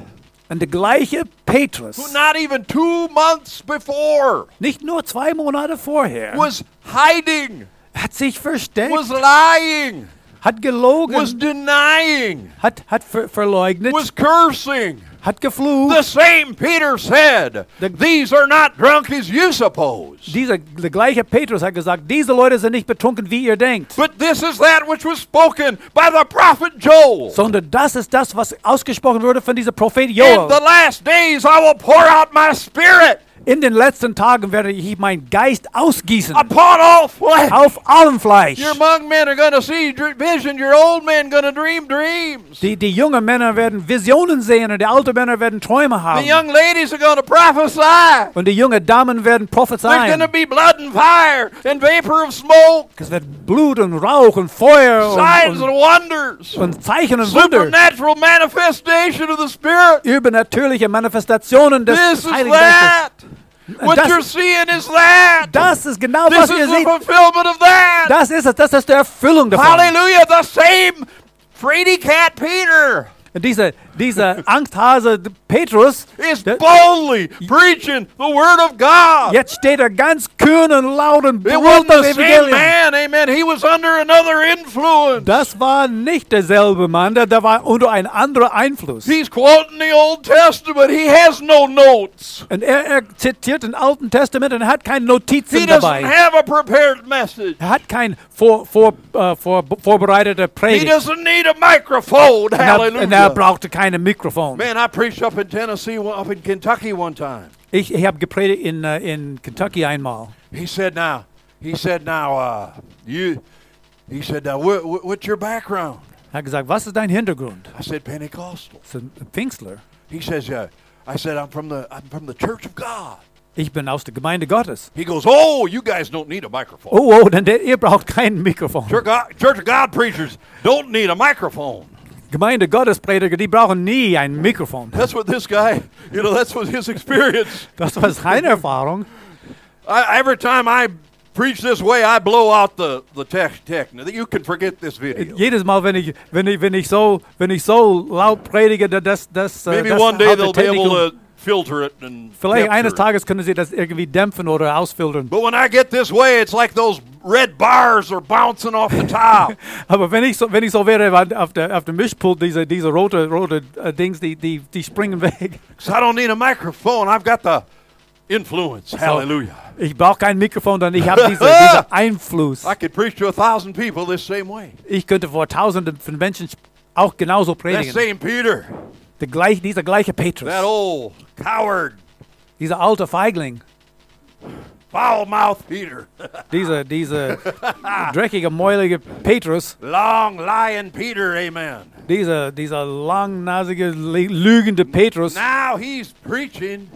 Und der gleiche who Petrus, not even two months before nicht nur zwei Monate vorher, was hiding, hat sich versteckt, was lying, hat gelogen. was denying, hat, hat ver verleugnet, was cursing. hat geflucht. The same Peter said, The- These are not drunk as you suppose. Dieser, der gleiche Petrus hat gesagt, diese Leute sind nicht betrunken, wie ihr denkt. But this is that which was spoken by the prophet Joel. Sondern das ist das, was ausgesprochen wurde von diesem Prophet In the Joel. last days I will pour out my spirit In den letzten Tagen werde ich meinen Geist ausgießen. upon all flesh. Auf allem Fleisch. Your young men are going to see dr- vision. Your old men going to dream dreams. Die, die jungen Männer werden Visionen sehen und die alten Männer werden Träume The haben. young ladies are going to prophesy. Und die jungen Damen werden There's going to prophezeien. be blood and fire and vapor of smoke, Es wird Blut und Rauch und Feuer signs und, and und, wonders, und Zeichen und Wunder. supernatural manifestation of the Spirit. Übernatürliche Manifestationen des This is Heiligen Geistes. that What das- you're seeing is that. Das ist genau, this was is ihr the seht. fulfillment of that. Das ist es. Das ist die Erfüllung davon. Hallelujah. The same fraidy cat Peter Dieser, dieser Angsthase Petrus, is Der- boldly preaching the word of God. jetzt steht er ganz kühn und laut und It brüllt wasn't das the same Evangelium. man. Amen. He was under another influence. Das war nicht derselbe Mann, der, der war unter ein anderer Einfluss. He's quoting the Old Testament. He has no notes. Und er, er zitiert den Alten Testament und hat keine He Notizen doesn't dabei. have a prepared message. Er hat kein vor, vor, äh, vor, vorbereiteter He Predigt. doesn't need a microphone. Und er, und er Hallelujah. brauchte keine Mikrofon. Man, I preached up in Tennessee, well, up in Kentucky one time. Ich, ich habe gepredigt in, äh, in Kentucky einmal. He said, "Now, he said, now, uh, you." He said, "Now, wh- wh- what's your background?" Er hat gesagt, was ist dein Hintergrund? I said, "Pentecostal." Das ist ein Pfingstler. He says, "Yeah." I said, "I'm from the I'm from the Church of God." Ich bin aus der Gemeinde Gottes. He goes, "Oh, you guys don't need a microphone. Oh, oh, denn der, ihr braucht kein Mikrofon. Church, God, Church of God preachers don't need a microphone." Gemeinde Gottes Prediger, die brauchen nie ein Mikrofon. That's what this guy, you know, that's what his experience. Das war seine Erfahrung. I, every time I preach this way, I blow out the the tech tech. Now, You can forget this video. Jedes Mal, wenn ich, wenn ich, wenn ich so, wenn ich so laut predige, da- das, das, äh, Maybe das one day hat eine they'll be able Technikum. to filter it and Vielleicht capture eines it. Tages können sie das irgendwie dämpfen oder ausfiltern. But when I get this way, it's like those red bars are bouncing off the top. Aber wenn ich so, wenn ich so wäre, war auf der, auf dem Mischpult diese, diese rote, rote äh, Dings, die, die, die springen weg. 'Cause I don't need a microphone. I've got the influence. Hallelujah. Ich brauche kein Mikrofon, denn ich habe diese, diesen Einfluss. I could preach to a thousand people this same way. Ich könnte vor Tausenden von Menschen auch genauso That predigen. same Peter, Der gleich, dieser gleiche Petrus, that old coward, dieser alte Feigling, foul mouthed Peter, dieser, dieser dreckige, mäulige Petrus, long lying Peter, amen. dieser, dieser langnasige, lü- lügende Petrus. Now he's preaching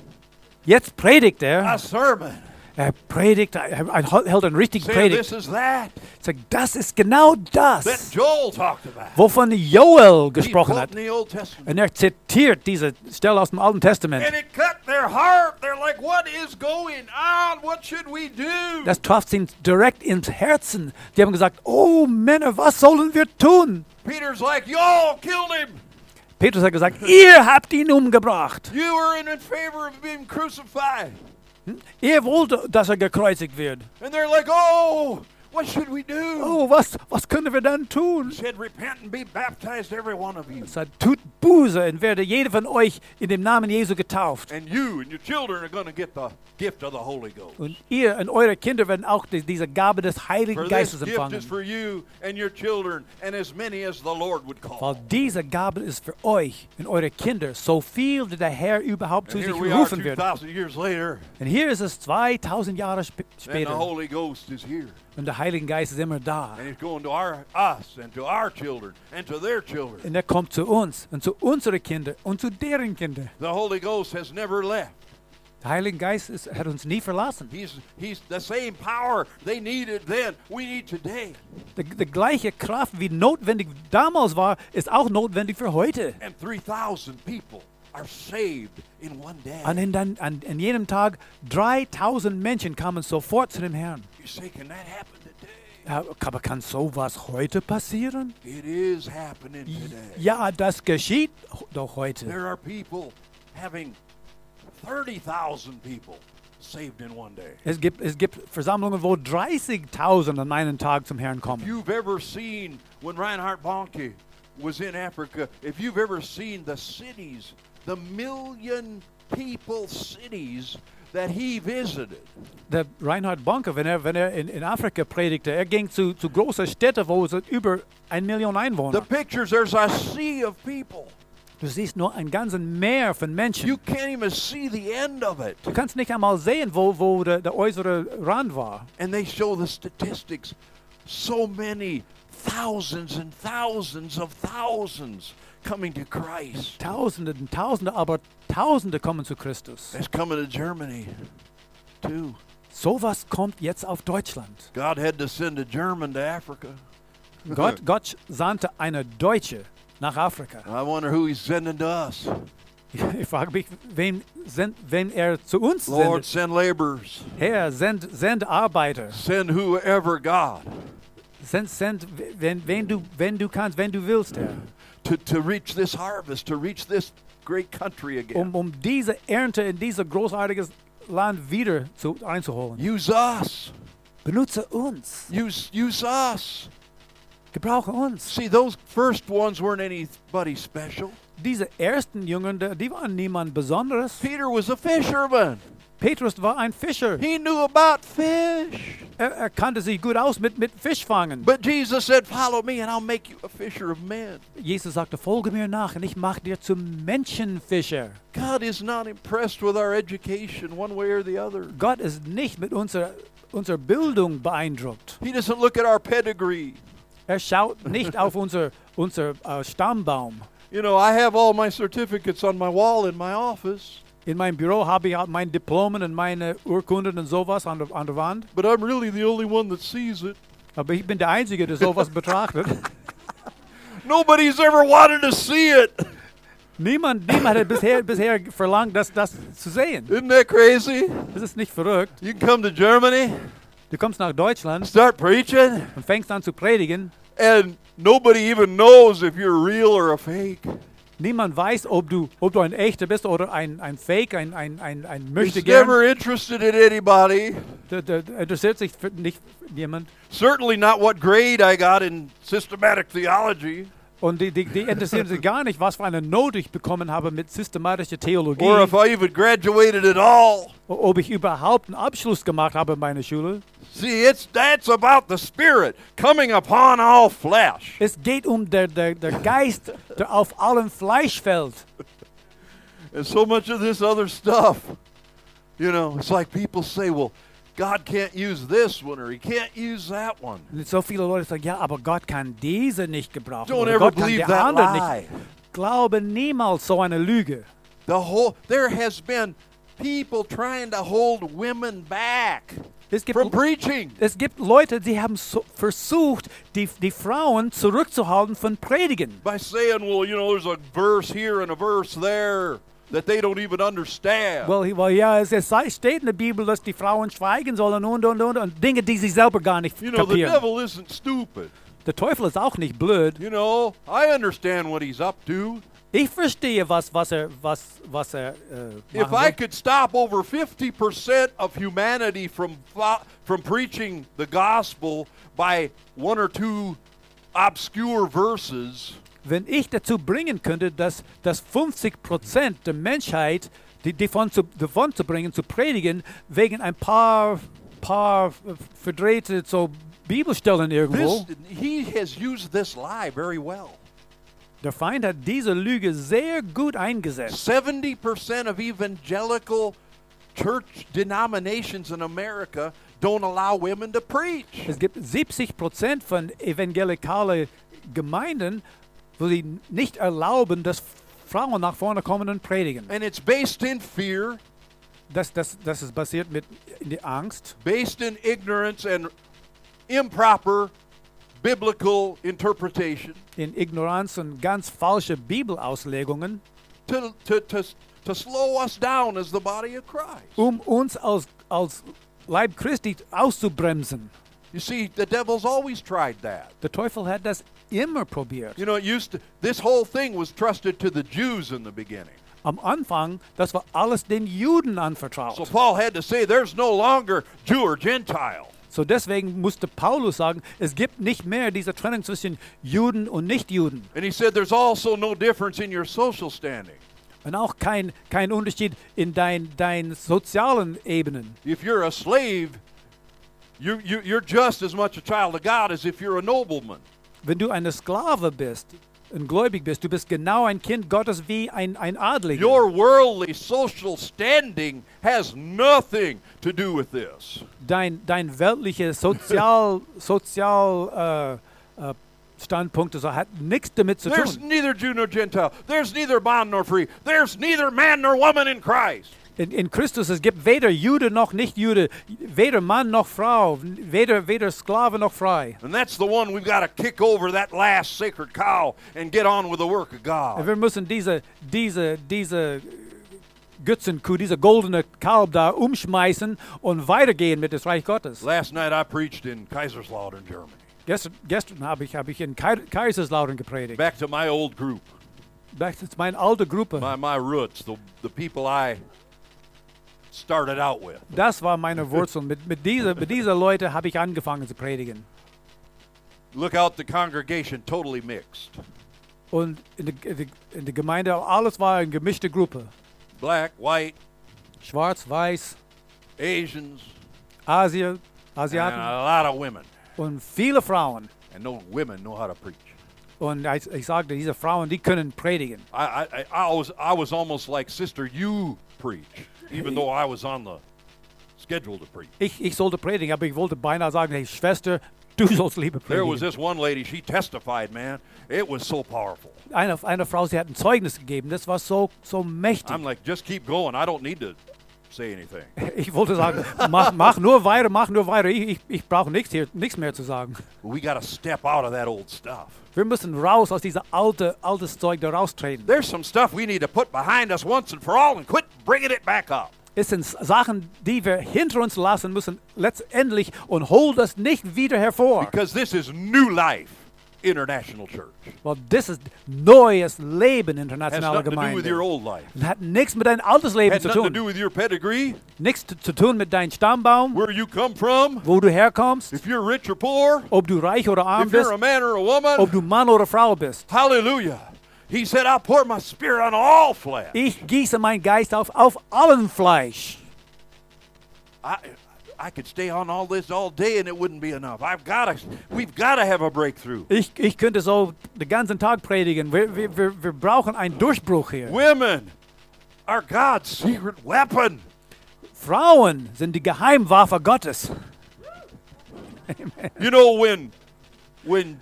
Jetzt predigt er. a sermon. Er predigt, er er hält einen richtigen Saying Predigt. this is that Sagt, das ist genau that das, Joel talked about. wovon Joel He's gesprochen hat. quoting the Old Testament. Und er zitiert diese Stelle aus dem Alten Testament. And it cut their heart. They're like, what is going on? What should we do? Das traf ihn direkt ins Herzen. Die haben gesagt, oh Männer, was sollen wir tun? Peter's like, y'all killed him. Petrus hat gesagt, ihr habt ihn umgebracht. You were in favor of being crucified. Ihr wollt, dass er gekreuzigt wird. And they're like, oh, what should we do? Oh, was, was können wir dann tun? He said, repent and be baptized, every one of you. Sagt, tut Buße und werde jeder von euch in dem Namen Jesu getauft. And you and your children are going to get the gift of the Holy Ghost. Und ihr und eure Kinder werden auch die, diese Gabe des Heiligen For this Geistes gift empfangen. is for you and your children and as many as the Lord would Weil call. diese Gabe ist für euch und eure Kinder, so viel wie der Herr überhaupt zu And sich here we are rufen wird. 2,000 years later, Und hier ist es 2000 Jahre sp and the später Holy Ghost is here. und der Heilige Geist ist immer da. And it's going to our us and to our children and to their children. Und er kommt zu uns und zu unseren Kindern und zu deren Kindern. The Holy Ghost has never left. Der Heilige Geist ist, hat uns nie verlassen. He's he's the same power they needed then. We need today. Die, die gleiche Kraft, wie notwendig damals war, ist auch notwendig für heute. And 3,000 people are saved in one day. An, in, an, an jenem Tag 3000 Menschen kamen sofort zu dem Herrn. You say, can that happen today? Ja, Aber kann sowas heute passieren? It is happening today. Ja, das geschieht doch heute. There are people having 30,000 people saved in one day. Es gibt, es gibt Versammlungen, wo 30.000 an einem Tag zum Herrn If kommen. you've ever seen when Reinhard Bonnke was in Africa, if you've ever seen the cities, the million people cities that he visited, Der Reinhard Bonke, wenn er, wenn er in, in Afrika predigte, er ging zu, zu großen Städten, wo es über ein Million the Einwohner. pictures there's a sea of people. Du siehst nur ein ganzes Meer von You Menschen. can't even see the end of it. Du kannst nicht einmal sehen, wo, wo der, der äußere Rand war. And they show the statistics. So many thousands and thousands of thousands coming to Christ. Tausende und Tausende, aber Tausende kommen zu Christus. That's coming to Germany, too. Sowas kommt jetzt auf Deutschland. God had to send a German to Africa. Gott, Gott sandte eine Deutsche nach Afrika. I wonder who he's sending to us. Ich frage mich, wen, send, wen er zu uns Lord, sendet. send laborers. Herr, send, send Arbeiter. Send whoever, God, Send, send wenn, wenn, du, wenn du kannst, wenn du willst, Herr. to, to reach this harvest, to reach this great country again. Um, um diese Ernte in dieses großartiges Land wieder zu, einzuholen. Use us. Benutze uns. Use, use us. Gebrauche uns. See, those first ones weren't anybody special. Diese ersten Jungen, da- die waren niemand Besonderes. Peter was a fisherman. Petrus war ein Fischer. He knew about fish. Er, er kannte sich gut aus mit, mit Fischfangen. But Jesus said, Follow me, and I'll make you a fisher of men. Jesus sagte, folge mir nach und ich mache dir zum Menschenfischer. God is not impressed with our education one way or the other. Gott ist nicht mit unserer, unserer Bildung beeindruckt. He doesn't look at our pedigree. Er schaut nicht auf unser, unser äh, Stammbaum. You know, I have all my certificates on my wall in my office, In meinem Büro habe ich halt meine Diplomen und meine Urkunden und sowas an der, an der Wand. but I'm really the only one that sees it. Aber ich bin der Einzige, der sowas betrachtet. Nobody's ever wanted to see it. Niemand, niemand hat bisher, bisher verlangt, das, das zu sehen. Isn't that crazy? Das ist nicht verrückt. You can come to Germany, Du kommst nach Deutschland start preaching, und fängst an zu predigen. and nobody even knows if you're real or a fake. Niemand weiß, ob du, ob du ein echter bist oder ein, ein Fake, ein, ein, ein, ein He's Möchtegern. never interested in anybody. Da- da- da Interessiert sich für nicht jemand. Certainly not what grade I got in systematic theology, Und die, die, die interessieren sich gar nicht, was für eine Note ich bekommen habe mit systematischer Theologie. or if I even graduated at all. ob ich überhaupt einen Abschluss gemacht habe in meiner Schule. See, it's that's about the Spirit coming upon all flesh. Es geht um der, der, der Geist, der auf allem Fleisch fällt. And so much of this other stuff, you know, it's like people say, well, God can't use this one or He can't use that one. Und so viele Leute sagen, ja, aber Gott kann diese nicht gebrauchen. Don't oder ever Gott kann believe der that andere lie. nicht. Glaube niemals so eine Lüge. The whole there has been people trying to hold women back Es gibt, from preaching. es gibt Leute, die haben so versucht, die, die Frauen zurückzuhalten von Predigen. by saying, well, you know, there's a verse here and a verse there that they don't even understand. Well, he- well ja, es, es sei- steht in der Bibel, dass die Frauen schweigen sollen und, und, und, und Dinge, die sie selber gar nicht you know, the kapieren. devil isn't stupid. Der Teufel ist auch nicht blöd. You know, I understand what he's up to. Ich verstehe, was, was er, was, was er äh, If machen I will. could stop over 50% of humanity from fo- from preaching the gospel by one or two obscure verses, Wenn ich dazu bringen könnte, dass, dass 50% der Menschheit die, davon, zu, davon zu bringen, zu predigen, wegen ein paar, paar äh, verdrehte so Bibelstellen this irgendwo. he has used this lie very well. der Feind hat diese Lüge sehr gut eingesetzt. 70% of evangelical church denominations in America don't allow women to preach. Es gibt 70% von evangelikalen Gemeinden, wo sie nicht erlauben, dass Frauen nach vorne kommen und predigen. And it's based in fear, Das, das, das ist basiert mit der Angst. based in ignorance and improper biblical interpretation in Ignoranz und ganz falsche Bibelauslegungen, to, to, to, to slow us down as the body of Christ. um uns als, als Leib Christi auszubremsen. You see, the devil's always tried that. Der Teufel hat das immer probiert. You know, it used to, this whole thing was trusted to the Jews in the beginning. Am Anfang, das war alles den Juden So anvertraut. Paul had to say, there's no longer Jew or Gentile. So deswegen musste Paulus sagen, es gibt nicht mehr diese Trennung zwischen Juden und Nichtjuden. And he said, There's also no difference in your social standing. Und auch kein, kein Unterschied in deinen dein sozialen Ebenen. If you're a slave, you, you, you're just as much a child of God as if you're a nobleman. Wenn du eine Sklave bist und gläubig bist, du bist genau ein Kind Gottes wie ein, ein Adliger. Your worldly social standing has nothing to do with this. dein, dein weltlicher Sozial, Sozial äh, äh, Standpunkt also hat nichts damit zu There's tun. neither Jew nor Gentile. There's neither bond nor free. There's neither man nor woman in Christ. in, in Christus, es gibt weder Jude noch Nicht-Jude, weder Mann noch Frau, weder, weder Sklave noch frei. And that's the one we've got to kick over that last sacred cow and get on with the work of God. Wir müssen diese, diese, diese Götzenkuh, diese goldene Kalb da umschmeißen und weitergehen mit dem Reich Gottes. Last night I preached in Kaiserslautern, Germany. Gestern, gestern habe ich, habe ich in Kai- Kaiserslautern gepredigt. Back to my old group, Das ist meine alte Gruppe. my, my roots, the, the people I started out with. Das war meine Wurzeln. Mit, mit dieser mit dieser Leute habe ich angefangen zu predigen. Look out the congregation, totally mixed. Und in der, in der- in der Gemeinde, alles war eine gemischte Gruppe. Black, white, Schwarz, Weiß, Asians, Asien, and a Asiaten lot of women. und viele Frauen. And no women know how to preach. Und ich, ich sagte, diese Frauen, die können predigen. I, I, I, I, was, I was almost like, Sister, you preach, even though I was on the schedule to preach. Ich, ich sollte predigen, aber ich wollte beinahe sagen, hey Schwester, du sollst lieber There was predigen. this one lady, she testified, man. It was so powerful. Eine, eine Frau, sie hat ein Zeugnis gegeben, das war so, so mächtig. I'm like, just keep going. I don't need to say anything. Ich wollte sagen, mach, mach nur weiter, mach nur weiter. Ich, ich, ich brauche nichts hier, nichts mehr zu sagen. We got to step out of that old stuff. Wir müssen raus aus dieser alte, altes Zeug da raustreten. There's some stuff we need to put behind us once and for all and quit bringing it back up. Es sind Sachen, die wir hinter uns lassen müssen, letztendlich, und hol das nicht wieder hervor. Because this is New Life International Church. Weil das ist neues Leben Has internationaler nothing to do with your Gemeinde. old life. Das hat nichts mit deinem altes Leben Has zu nothing to tun. do with your pedigree, Nichts zu- zu tun mit deinem Stammbaum, where you come from, wo du herkommst, if you're rich or poor, ob du reich oder arm if you're bist, a man or a woman. ob du Mann oder Frau bist. Hallelujah. He said, I'll pour my spirit on all flesh. Ich gieße meinen Geist auf, auf allen Fleisch. I I could stay on all this all day and it wouldn't be enough. I've got to we've got to have a breakthrough. Ich, ich könnte so den ganzen Tag predigen. Wir, wir, wir, wir brauchen einen Durchbruch hier. Women are God's secret weapon. Frauen sind die Geheimwaffe Gottes. You know when when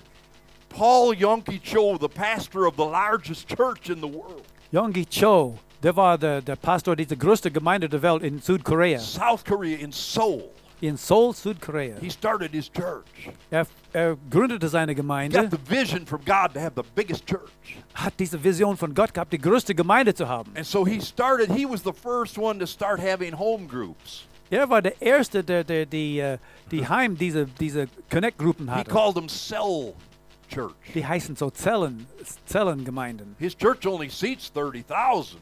Paul Yonke Cho, the pastor of the largest church in the world, Yonggi Cho, der war der, der Pastor dieser größten Gemeinde der Welt in Südkorea, South Korea in Seoul, in Seoul, Südkorea. he started his church. Er, er gründete seine Gemeinde, Got the vision from God to have the biggest church. hat diese Vision von Gott gehabt, die größte Gemeinde zu haben. And so he started, he was the first one to start having home groups. Er war der Erste, der, der die, äh, die Heim, diese, diese Connect-Gruppen He hatte. called them Cell Church. Die heißen so Zellen, Zellengemeinden. His church only seats 30,000.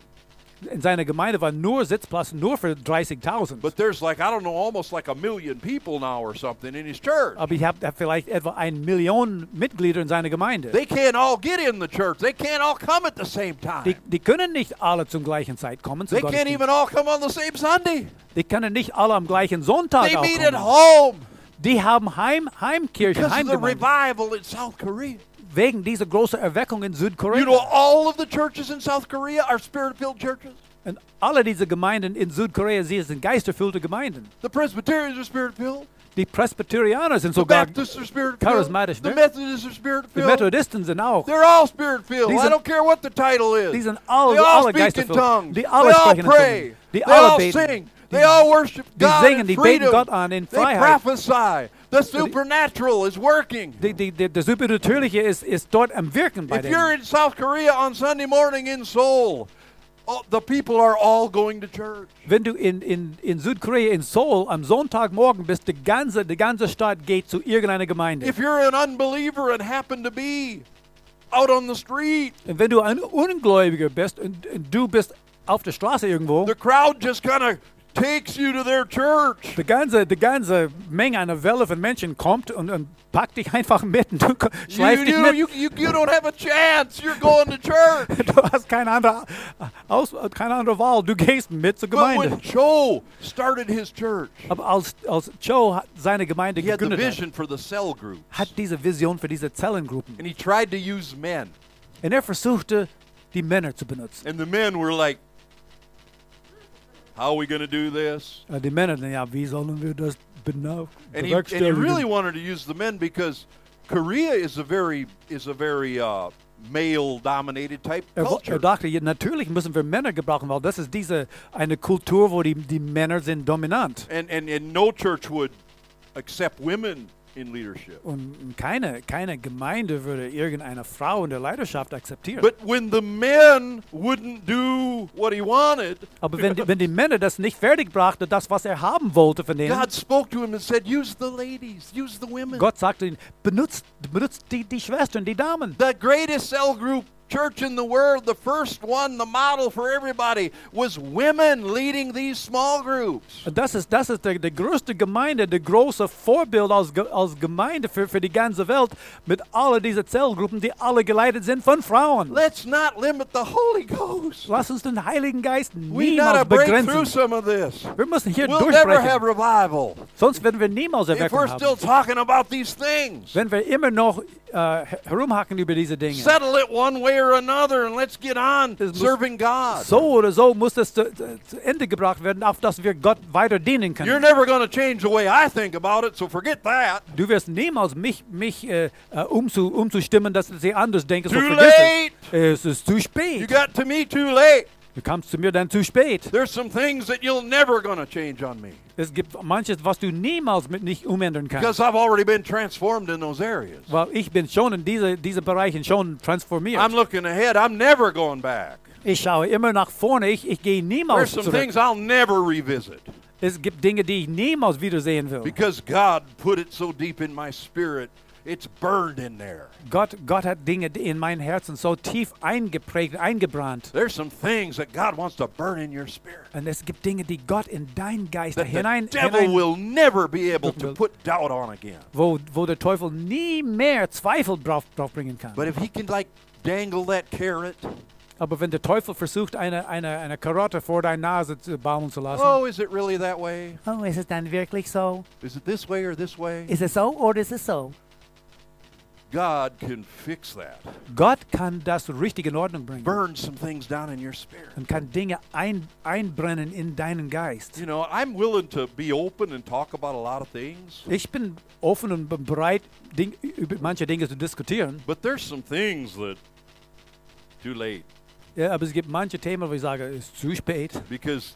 In seiner Gemeinde war nur Sitzplatz, nur für 30.000. But there's like, I don't know, almost like a million people now or something in his church. Aber ich habe hab vielleicht etwa eine Million Mitglieder in seiner Gemeinde. They can't all get in the church. They can't all come at the same Die, time. die können nicht alle zum gleichen Zeit kommen. Zum They can't Gottesdienst. even all come on the same Sunday. die können nicht alle am gleichen Sonntag They auch meet at kommen. home Die haben Heim, Heimkirche, because of the Heimgemeinde, revival in South Korea. wegen dieser großen Erweckung in You know, Südkorea. all of the churches in South Korea are spirit filled churches. Und alle diese Gemeinden in Südkorea, sie sind geisterfüllte Gemeinden. The Presbyterians are spirit filled. Die Presbyterianer sind The sogar, Baptists are spirit filled. charismatic, The ne? Methodists are spirit die filled. Methodisten sind auch. They're all spirit filled. These I are- don't care what the title is. these are all- they all all speak in Geisterfüllt. tongues. Die They alle all sprechen in pray. Zungen. Die they alle all beten. sing. Die- they all worship die God singen, in die beten freedom. Gott an in They Freiheit. prophesy. The supernatural is working. Die, die, die, das Übernatürliche ist, ist dort am Wirken bei if you're denen. in South Korea on Sunday morning in Seoul, all- the people are all going to church. Wenn du in, in, in Südkorea, in Seoul, am Sonntagmorgen bist, die ganze, die ganze Stadt geht zu irgendeiner Gemeinde. If you're an unbeliever and happen to be out on the street, Und wenn du ein Ungläubiger bist und, und du bist auf der Straße irgendwo, the crowd just kind of takes you to their church. die ganze, die ganze Menge, eine Welle von Menschen kommt und, und packt dich einfach mit und du ko- You, schleifst dich you, mit. you, you, you don't have a chance. You're going to church. Du hast keine andere, Aus, keine andere Wahl. Du gehst mit zur But when Gemeinde. Cho started his church, Aber als, als Joe hat seine Gemeinde he had the gegründet hat, vision for the cell group, hat diese Vision für diese Zellengruppen. and he tried to use men, Und er versuchte, die Männer zu benutzen. and the men were like, "How are we going to do this?" Äh, Die Männer, na ja, wie sollen wir das bena- And he, and he bewerkstelligen? really wanted to use the men because Korea is a very is a very uh, male dominated type Er, wo- er culture. dachte, ja, natürlich müssen wir Männer gebrauchen, weil das ist diese eine Kultur, wo die, die Männer sind dominant. And, and, and no church would accept women in leadership. Und keine, keine Gemeinde würde irgendeine Frau in der Leidenschaft akzeptieren. But when the men wouldn't do what he wanted, Aber wenn die, wenn die Männer das nicht fertig brachten, das, was er haben wollte von denen, God spoke to him and said, Use the ladies, use the women. Gott sagte ihnen, benutzt, benutzt die, die Schwestern, die Damen. The greatest cell group church in the world, the first one, the model for everybody, was women leading these small groups. Und Das ist, das ist der, der größte Gemeinde, der große Vorbild als, Ge- als Gemeinde für, für die ganze Welt mit all diesen Zellgruppen, die alle geleitet sind von Frauen. Let's not limit the Holy Ghost. Lass uns den Heiligen Geist We gotta niemals break through begrenzen. some of this. Wir müssen hier We'll never have durchbrechen, revival sonst werden wir niemals if we're Erweckung still haben. talking about these things. Wenn wir immer noch äh, herumhacken über diese Dinge. Settle it one way or another and let's get on muss- serving God. So oder so muss das zu, zu zu Ende gebracht werden, auf dass wir Gott weiter dienen You're können. never going to change the way I think about it, so forget that. Du wirst niemals mich, mich äh, äh, umzu, umzustimmen, dass sie anders denken. So Too vergiss es. late. es ist zu You spät. got to me too late. Du kommst zu mir dann zu spät. There's some things that you'll never going to change on me Es gibt manches, was du niemals mit nicht umändern kannst. because I've already been transformed in those areas. Weil ich bin schon in diese, diese Bereichen schon transformiert. I'm looking ahead. I'm never going back. ich schaue immer nach vorne. Ich, ich gehe There's niemals some zurück. things I'll never revisit Es gibt Dinge, die ich niemals wiedersehen will. because God put it so deep in my spirit. It's burned in there. Gott, Gott hat Dinge in mein Herzen so tief eingeprägt, eingebrannt. There's some things that God wants to burn in your spirit. Und es gibt Dinge, die Gott in deinen Geist That the hinein, devil hinein will never be able to Will- put doubt on again. wo, wo der Teufel nie mehr Zweifel drauf, drauf bringen kann. But if he can like dangle that carrot, Aber wenn der Teufel versucht, eine, eine, eine Karotte vor deine Nase zu bauen zu lassen. oh, is it really that way? oh, ist es dann wirklich so? Is it this way or this way? Ist es so oder ist es so? God can fix that. Gott kann das richtig in Ordnung bringen Burn some things down in your spirit. und kann Dinge ein, einbrennen in deinen Geist. You know, I'm willing to be open and talk about a lot of things, Ich bin offen und be- bereit, Ding, über manche Dinge zu diskutieren. but there's some things that too late Ja, aber es gibt manche Themen, wo ich sage, es ist zu spät. because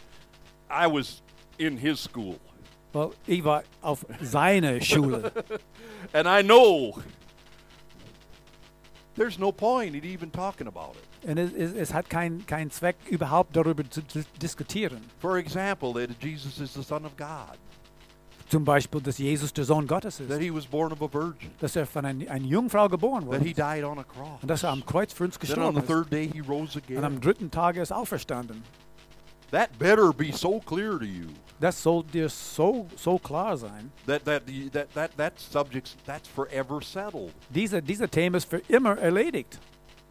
I was in his school Weil ich war auf seine Schule. and I know there's no point in even talking about it. Und es, es, es hat keinen keinen Zweck, überhaupt darüber zu, zu diskutieren. For example, that Jesus is the Son of God, Zum Beispiel, dass Jesus der Sohn Gottes that ist. he was born of a virgin, Dass er von ein- einer Jungfrau geboren that he wurde. died on a cross, Und dass er am Kreuz für uns that on the gestorben ist. third day he rose Und am again. dritten Tag ist auferstanden. That better be so clear to you. Das soll dir so, so klar sein. That that the- that that that subjects that's forever settled. Diese, diese Thema ist für immer erledigt.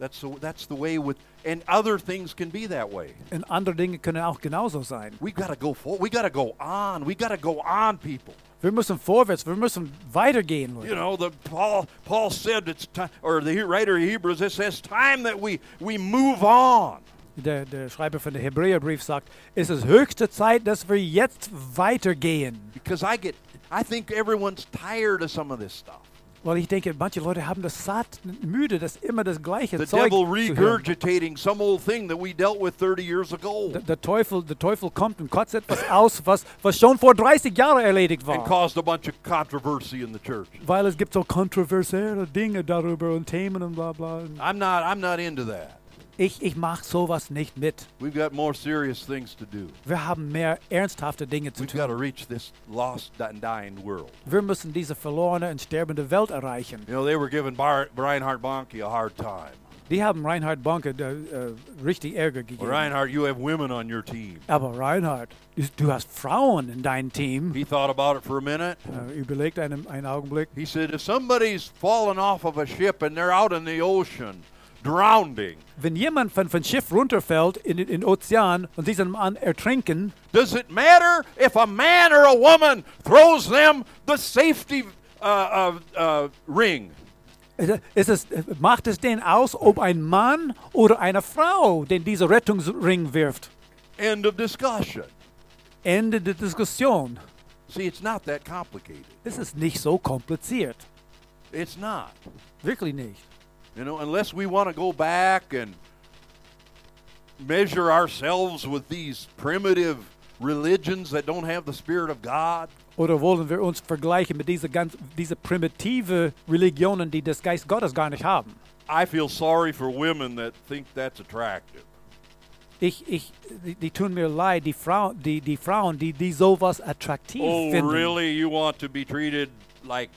That's the, that's the way with and other things can be that way. Und andere Dinge können auch genauso sein. We've got to go forward. We got to go on. We got to go on, people. Wir müssen vorwärts, wir müssen weitergehen. You Leute. know, the Paul Paul said it's time, or the writer of Hebrews it says time that we we move on. Der, der Schreiber von der Hebräerbrief sagt, es ist höchste Zeit, dass wir jetzt weitergehen. Because I get, I think everyone's tired of some of this stuff. Weil ich denke, manche Leute haben das satt, müde, das immer das gleiche The Zeug devil zu hören. regurgitating some old thing that we dealt with 30 years ago Der, der, Teufel, der Teufel kommt und kotzt etwas aus, was, was schon vor 30 Jahren erledigt and war. caused a bunch of controversy in the church. Weil es gibt so kontroversielle Dinge darüber und Themen und bla bla. I'm not, I'm not into that. Ich, ich mache sowas nicht mit. We've got more serious things to do. Wir haben mehr ernsthafte Dinge zu We've got tun. to reach this lost and dying world. Wir müssen diese verlorene und sterbende Welt erreichen. You know, they were giving Bar- Reinhard Bonnke a hard time. Die haben Reinhard Bonke äh, äh, richtig Ärger gegeben. Well, Reinhard, you have women on your team. Aber Reinhard, ist- du hast Frauen in deinem Team. He thought about it for a minute. Äh, überlegt einen, einen Augenblick. He said, if somebody's fallen off of a ship and they're out in the ocean, drowning, Wenn jemand von, von Schiff runterfällt in den in den Ozean und sie sind an ertrinken, Does it matter if a man or a woman throws them the safety uh, uh, uh, ring? äh, ist es, äh, macht es den aus, ob ein Mann oder eine Frau den dieser Rettungsring wirft? End of discussion. Ende der Diskussion. See, it's not that complicated. Es ist nicht so kompliziert. It's not. Wirklich nicht. You know, unless we want to go back and measure ourselves with these primitive religions that don't have the Spirit of God. Oder wollen wir uns vergleichen mit dieser ganz, diese primitive Religionen, die das Geist Gottes gar nicht haben? I feel sorry for women that think that's attractive. Ich, ich, die, die tun mir leid, die, Frau, die, die Frauen, die, die sowas attraktiv Oh, finden. really? You want to be treated like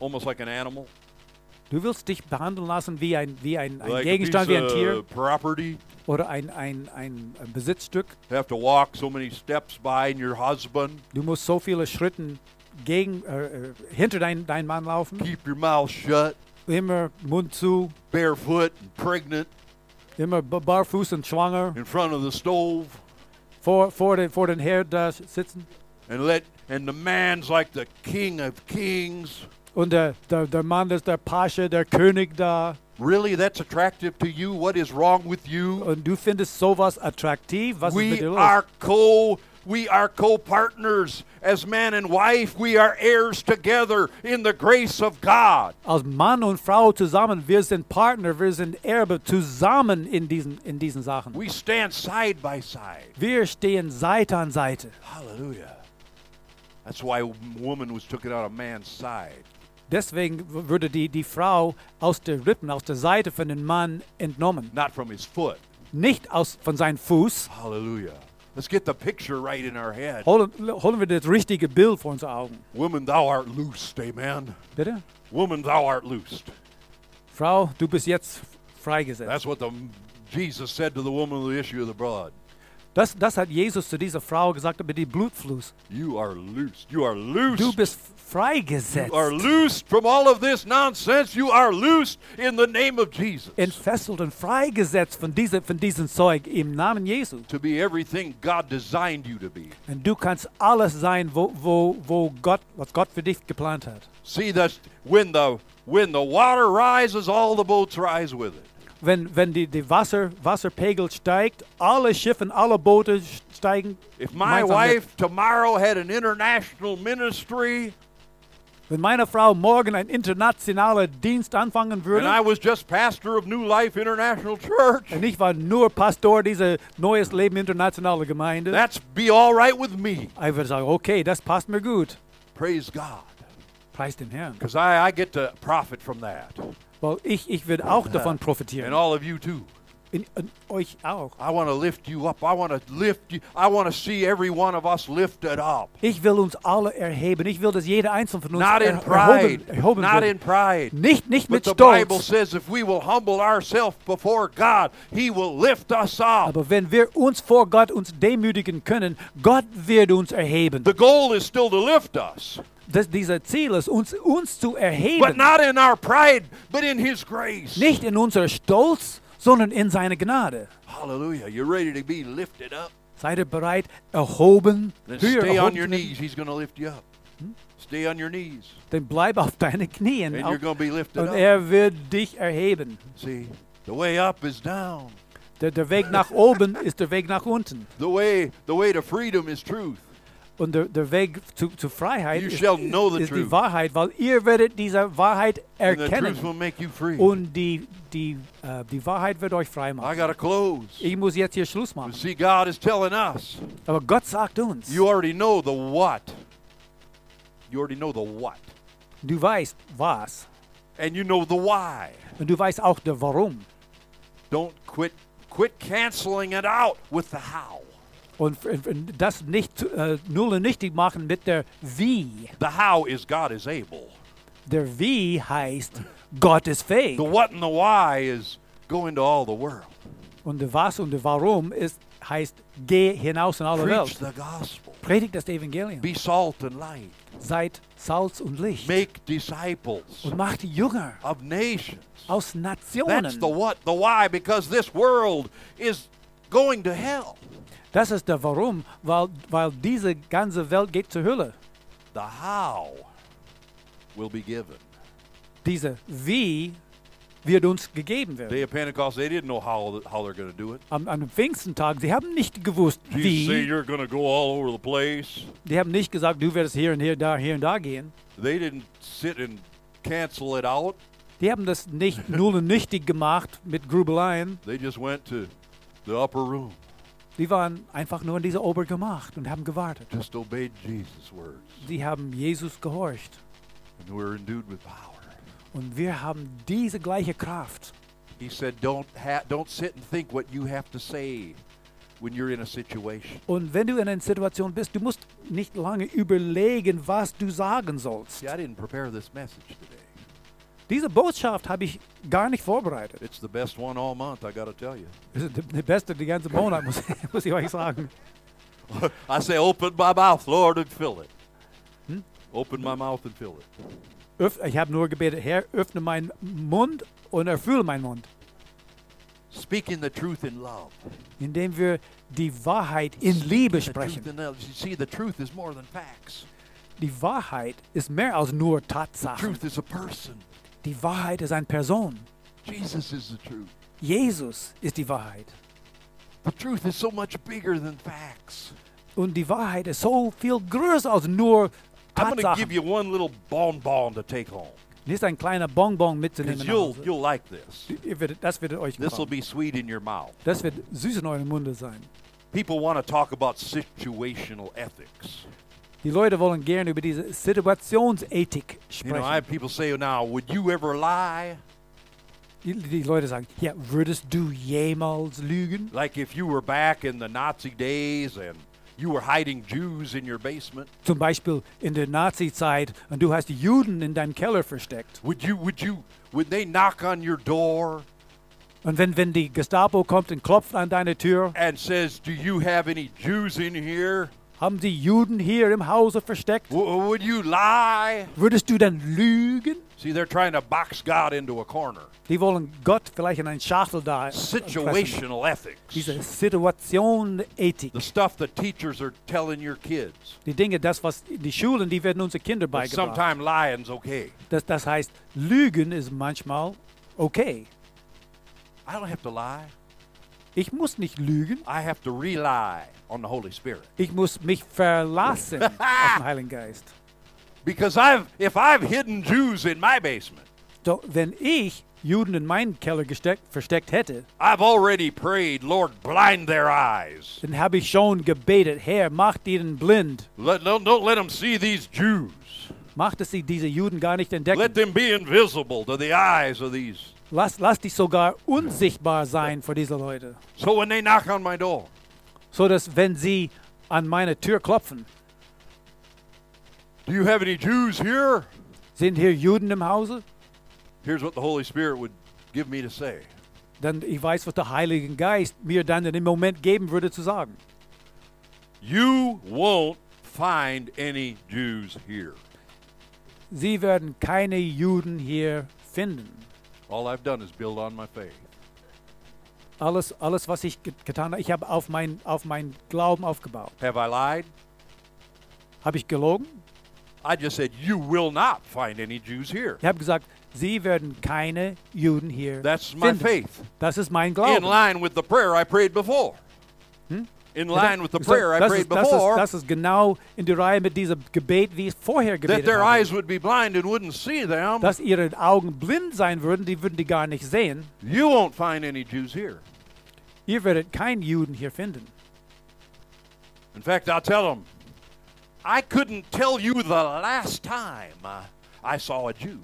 almost like an animal? Du willst dich behandeln lassen wie ein, wie ein, like ein a piece Gegenstand, wie ein of Tier property? oder ein, ein, ein Besitzstück. Have to walk so many steps behind your husband. Du musst so viele Schritten gegen, äh, äh, hinter deinen dein Mann laufen. Keep your mouth shut. Immer Mund zu, Barefoot and pregnant immer ba- barfuß und schwanger in front of the stove. vor, vor, den, vor den Herd da s- sitzen. and let and the man's like the king of kings Und der, der, der Mann ist der Pasche, der König da. really that's attractive to you what is wrong with you Und du findest sowas attraktiv. Was ist mit we dir los? are co we are co-partners as man and wife we are heirs together in the grace of god Als Mann und Frau zusammen, wir sind Partner, wir sind Erbe zusammen in diesen, in diesen Sachen. we stand side by side Wir stehen Seite an Seite. hallelujah that's why woman was taken out of man's side Deswegen w- würde die, die Frau aus der Rippen, aus der Seite von dem Mann entnommen. not from his foot Nicht aus, von seinem Fuß. hallelujah let's get the picture right in our head Holen, holen wir das richtige Bild vor unsere Augen. woman thou art loosed amen Bitte? woman thou art loosed Frau, du bist jetzt freigesetzt. That's what the Jesus said to the woman with the issue of the blood. Das, das hat Jesus zu dieser Frau gesagt über die Blutfluss. You are loosed. You are loosed. Du bist you are freigesetzt. loosed from all of this nonsense. You are loosed in the name of Jesus. Entfesselt und freigesetzt von, diese, von diesem Zeug im Namen Jesu. to be everything God designed you to be. Und du kannst alles sein, wo, wo, wo Gott, was Gott für dich geplant hat. See that's when the when the water rises, all the boats rise with it. wenn, wenn die, die Wasser, Wasserpegel steigt, alle Schiffe, und alle Boote sch- steigen. If my gemeinsam mit. wife tomorrow had an international ministry wenn meine Frau morgen einen internationalen Dienst anfangen and I würde, was just pastor of New Life International Church, und ich war nur Pastor dieser Neues Leben internationale Gemeinde, that's be all right with me. ich würde sagen, okay, das passt mir gut. Praise God. Preis dem Herrn. Because I, I get to profit from that. Weil ich, ich würde auch davon And profitieren. all of you too. In, in euch auch. I want to lift you up. I want to lift you. I want to see every one of us lifted up. Ich will uns alle erheben. Ich will, dass jeder Einzelne von uns Not in er, erhoben, pride. erhoben Not in wird. pride. Nicht, nicht But mit the Bible Stolz. says if we will humble ourselves before God, He will lift us up. Aber wenn wir uns vor Gott uns demütigen können, Gott wird uns erheben. The goal is still to lift us, Das, dieser Ziel ist, uns, uns zu but erheben. not in our pride, but in His grace. Nicht in unser Stolz, sondern in seine Gnade. Hallelujah. You ready to be lifted up? Seid ihr bereit, erhoben, Then höher stay erhoben on zu your werden? knees. He's going to lift you up. Stay on your knees, Dann bleib auf deinen Knien. and Auf, you're going to be lifted und up. er wird dich erheben. See, the way up is down. Der, der Weg nach oben ist der Weg nach unten. The way the way to freedom is truth. Und der, der Weg zu, zu Freiheit You ist, shall know the ist die truth. Wahrheit, weil ihr werdet diese Wahrheit And the truth will erkennen. make you free. Und die, die, äh, die Wahrheit wird euch frei I machen. gotta close. Ich muss jetzt hier Schluss machen. See, God is telling us. Aber Gott sagt uns, You already know the what. You already know the what. du weißt was. And you know the why. Und du weißt auch der Warum. Don't quit quit canceling it out with the how. Und f- f- das nicht äh, null und nichtig machen mit der Wie. The how is God is able. Der Wie heißt, Gott ist fähig. The what and the why is go into all the world. Und der Was und der Warum ist, heißt, geh hinaus in alle Preach Welt. the gospel. Predigt das Evangelium. Be salt and light. Seid Salz und Licht. Make disciples Und macht die Jünger of nations. aus That's the Nationen. what, the why, because this world is going to hell. Das ist der Warum, weil, weil diese ganze Welt geht zur Hölle. The how will be given. Diese Wie wird uns gegeben werden. Day of Pentecost, they didn't know how, how they're going to do it. Am, am Pfingstentag, sie haben nicht gewusst, Jesus said, wie. you're going to go all over the place. Die haben nicht gesagt, du wirst hier und hier, da, hier und da gehen. They didn't sit and cancel it out. die haben das nicht null und nichtig gemacht mit Grübeleien. They just went to the upper room, Die waren einfach nur in dieser Ober gemacht und haben gewartet. just obeyed Jesus' words, Sie haben Jesus gehorcht. and were endued with power. Und wir haben diese gleiche Kraft. He said, "Don't ha- don't sit and think what you have to say when you're in a situation." Und wenn du in einer Situation bist, du musst nicht lange überlegen, was du sagen sollst. See, I didn't prepare this message today. Diese Botschaft habe ich gar nicht vorbereitet. It's the best one all month. I got to tell you. Das ist die beste, die ganze Monat, muss, muss ich euch sagen. I say, "Open my mouth, Lord, and fill it." Open my mouth and fill it. Öff, ich habe nur gebetet, Herr, öffne meinen Mund und erfülle meinen Mund, Speaking the truth in love. indem wir die Wahrheit in Liebe The truth sprechen. in love. You see, the truth is more than facts. Die Wahrheit ist mehr als nur Tatsachen. Truth is a person. Die Wahrheit ist eine Person. Jesus is the truth. Jesus ist die Wahrheit. The truth is so much bigger than facts. Und die Wahrheit ist so viel größer als nur I'm going to give Tatsachen. you one little bonbon to take home Nicht ein kleiner Bonbon because mitzunehmen. nach you'll Hause. you'll like this. Ihr werdet- Das wird euch This will gefallen. be sweet in your mouth. Das wird süß in eurem Munde sein. People want to talk about situational ethics. Die Leute wollen gerne über diese Situationsethik You know, I sprechen. have people say now, "Would you ever lie?" Die, die Leute sagen, ja, würdest du jemals lügen? Like if you were back in the Nazi days and you were hiding Jews in your basement, Zum Beispiel in der Nazi-Zeit und du hast die Juden in deinem Keller versteckt. would you would you would they knock on your door Und wenn, wenn die Gestapo kommt und klopft an deine Tür, and says, "Do you have any Jews in here?" haben sie Juden hier im Hause versteckt? W- would you lie? Würdest du dann lügen? See, they're trying to box God into a corner. Die wollen Gott vielleicht in einen Schachtel da. äh, pressen. Situational Diese ethics. Situation-Ethik. The stuff the teachers are telling your kids. Die Dinge, das, was die Schulen, die werden unsere Kinder But beigebracht. sometime lying's okay. Das, das heißt, Lügen ist manchmal okay. I don't have to lie. Ich muss nicht lügen. I have to rely on the Holy Spirit. Ich muss mich verlassen auf den Heiligen Geist. Because I've if I've hidden Jews in my basement, Doch wenn ich Juden in meinen Keller gesteckt, versteckt hätte, I've already prayed, Lord, blind their eyes. dann habe ich schon gebetet, Herr, macht ihnen blind. Let, don't, don't let them see these Jews. Macht es sie diese Juden gar nicht Let entdecken. them be invisible to the eyes of these. Lass, lass dich sogar unsichtbar sein für diese Leute. So when they knock on my door, so dass wenn sie an meine Tür klopfen, do you have any Jews here? sind hier Juden im Hause? Here's what the Holy Spirit would give me to say. Dann ich weiß, was der Heilige Geist mir dann in dem Moment geben würde zu sagen. You won't find any Jews here. Sie werden keine Juden hier finden. All I've done is build on my faith. Alles, alles was ich get- getan habe, ich habe auf meinen auf mein Glauben aufgebaut. Have I lied? Habe ich gelogen? I just said, You will not find any Jews here. Ich habe gesagt, sie werden keine Juden hier That's my finden. faith. Das ist mein In Glaube. line with the prayer I prayed before. In line with the So, prayer I das, prayed ist, das, ist, before, das ist genau in die Reihe mit diesem Gebet, wie ich vorher that gebetet their habe. eyes would be blind and wouldn't see them. dass ihre Augen blind sein würden, die würden die gar nicht sehen. You won't find any Jews here. Ihr werdet keinen Juden hier finden. In fact, I'll tell them, I couldn't tell you the last time I, I saw a Jew.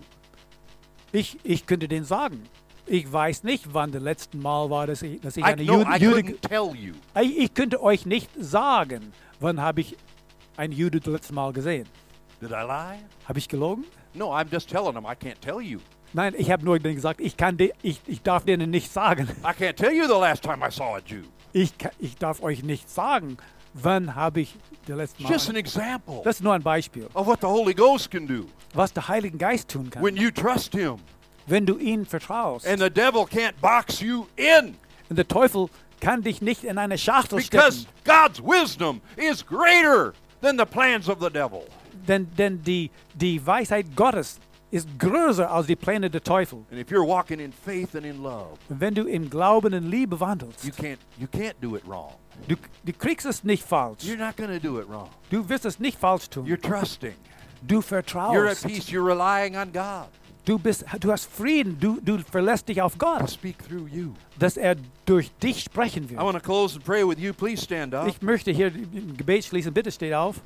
Ich, ich könnte den sagen. Ich weiß nicht, wann das letzte Mal war, dass ich, dass ich I, eine no, Jude, I Jude couldn't tell you. ich, ich könnte euch nicht sagen, wann habe ich einen Jude das letzte Mal gesehen. Did I lie? Habe ich gelogen? No, I'm just telling them I can't tell you. Nein, ich habe nur denen gesagt, ich kann de, ich, ich darf denen nicht sagen. I can't tell you the last time I saw a Jew. Ich, ka- ich darf euch nicht sagen, wann habe ich das letzte Mal. Just an example Das ist nur ein Beispiel, of what the Holy Ghost can do was der Heilige Geist tun kann, when you trust Him. wenn du ihm vertraust. And the devil can't box you in Und der Teufel kann dich nicht in eine Schachtel because stecken, God's wisdom is greater than the plans of the devil. denn, denn die, die Weisheit Gottes ist größer als die Pläne der Teufel. And if you're walking in faith and in love, Und wenn du in Glauben und Liebe you wandelst, can't you can't do it wrong. du, du kriegst es nicht falsch. You're not going to do it wrong. Du wirst es nicht falsch tun. You're trusting. Du You're at vertraust. peace. You're relying on God. Du, bist, du hast Frieden, du, du verlässt dich auf to Gott, speak through you. dass er durch dich sprechen I wird. want to close and pray with you. Please stand up. Ich möchte hier im Gebet schließen, bitte steht auf.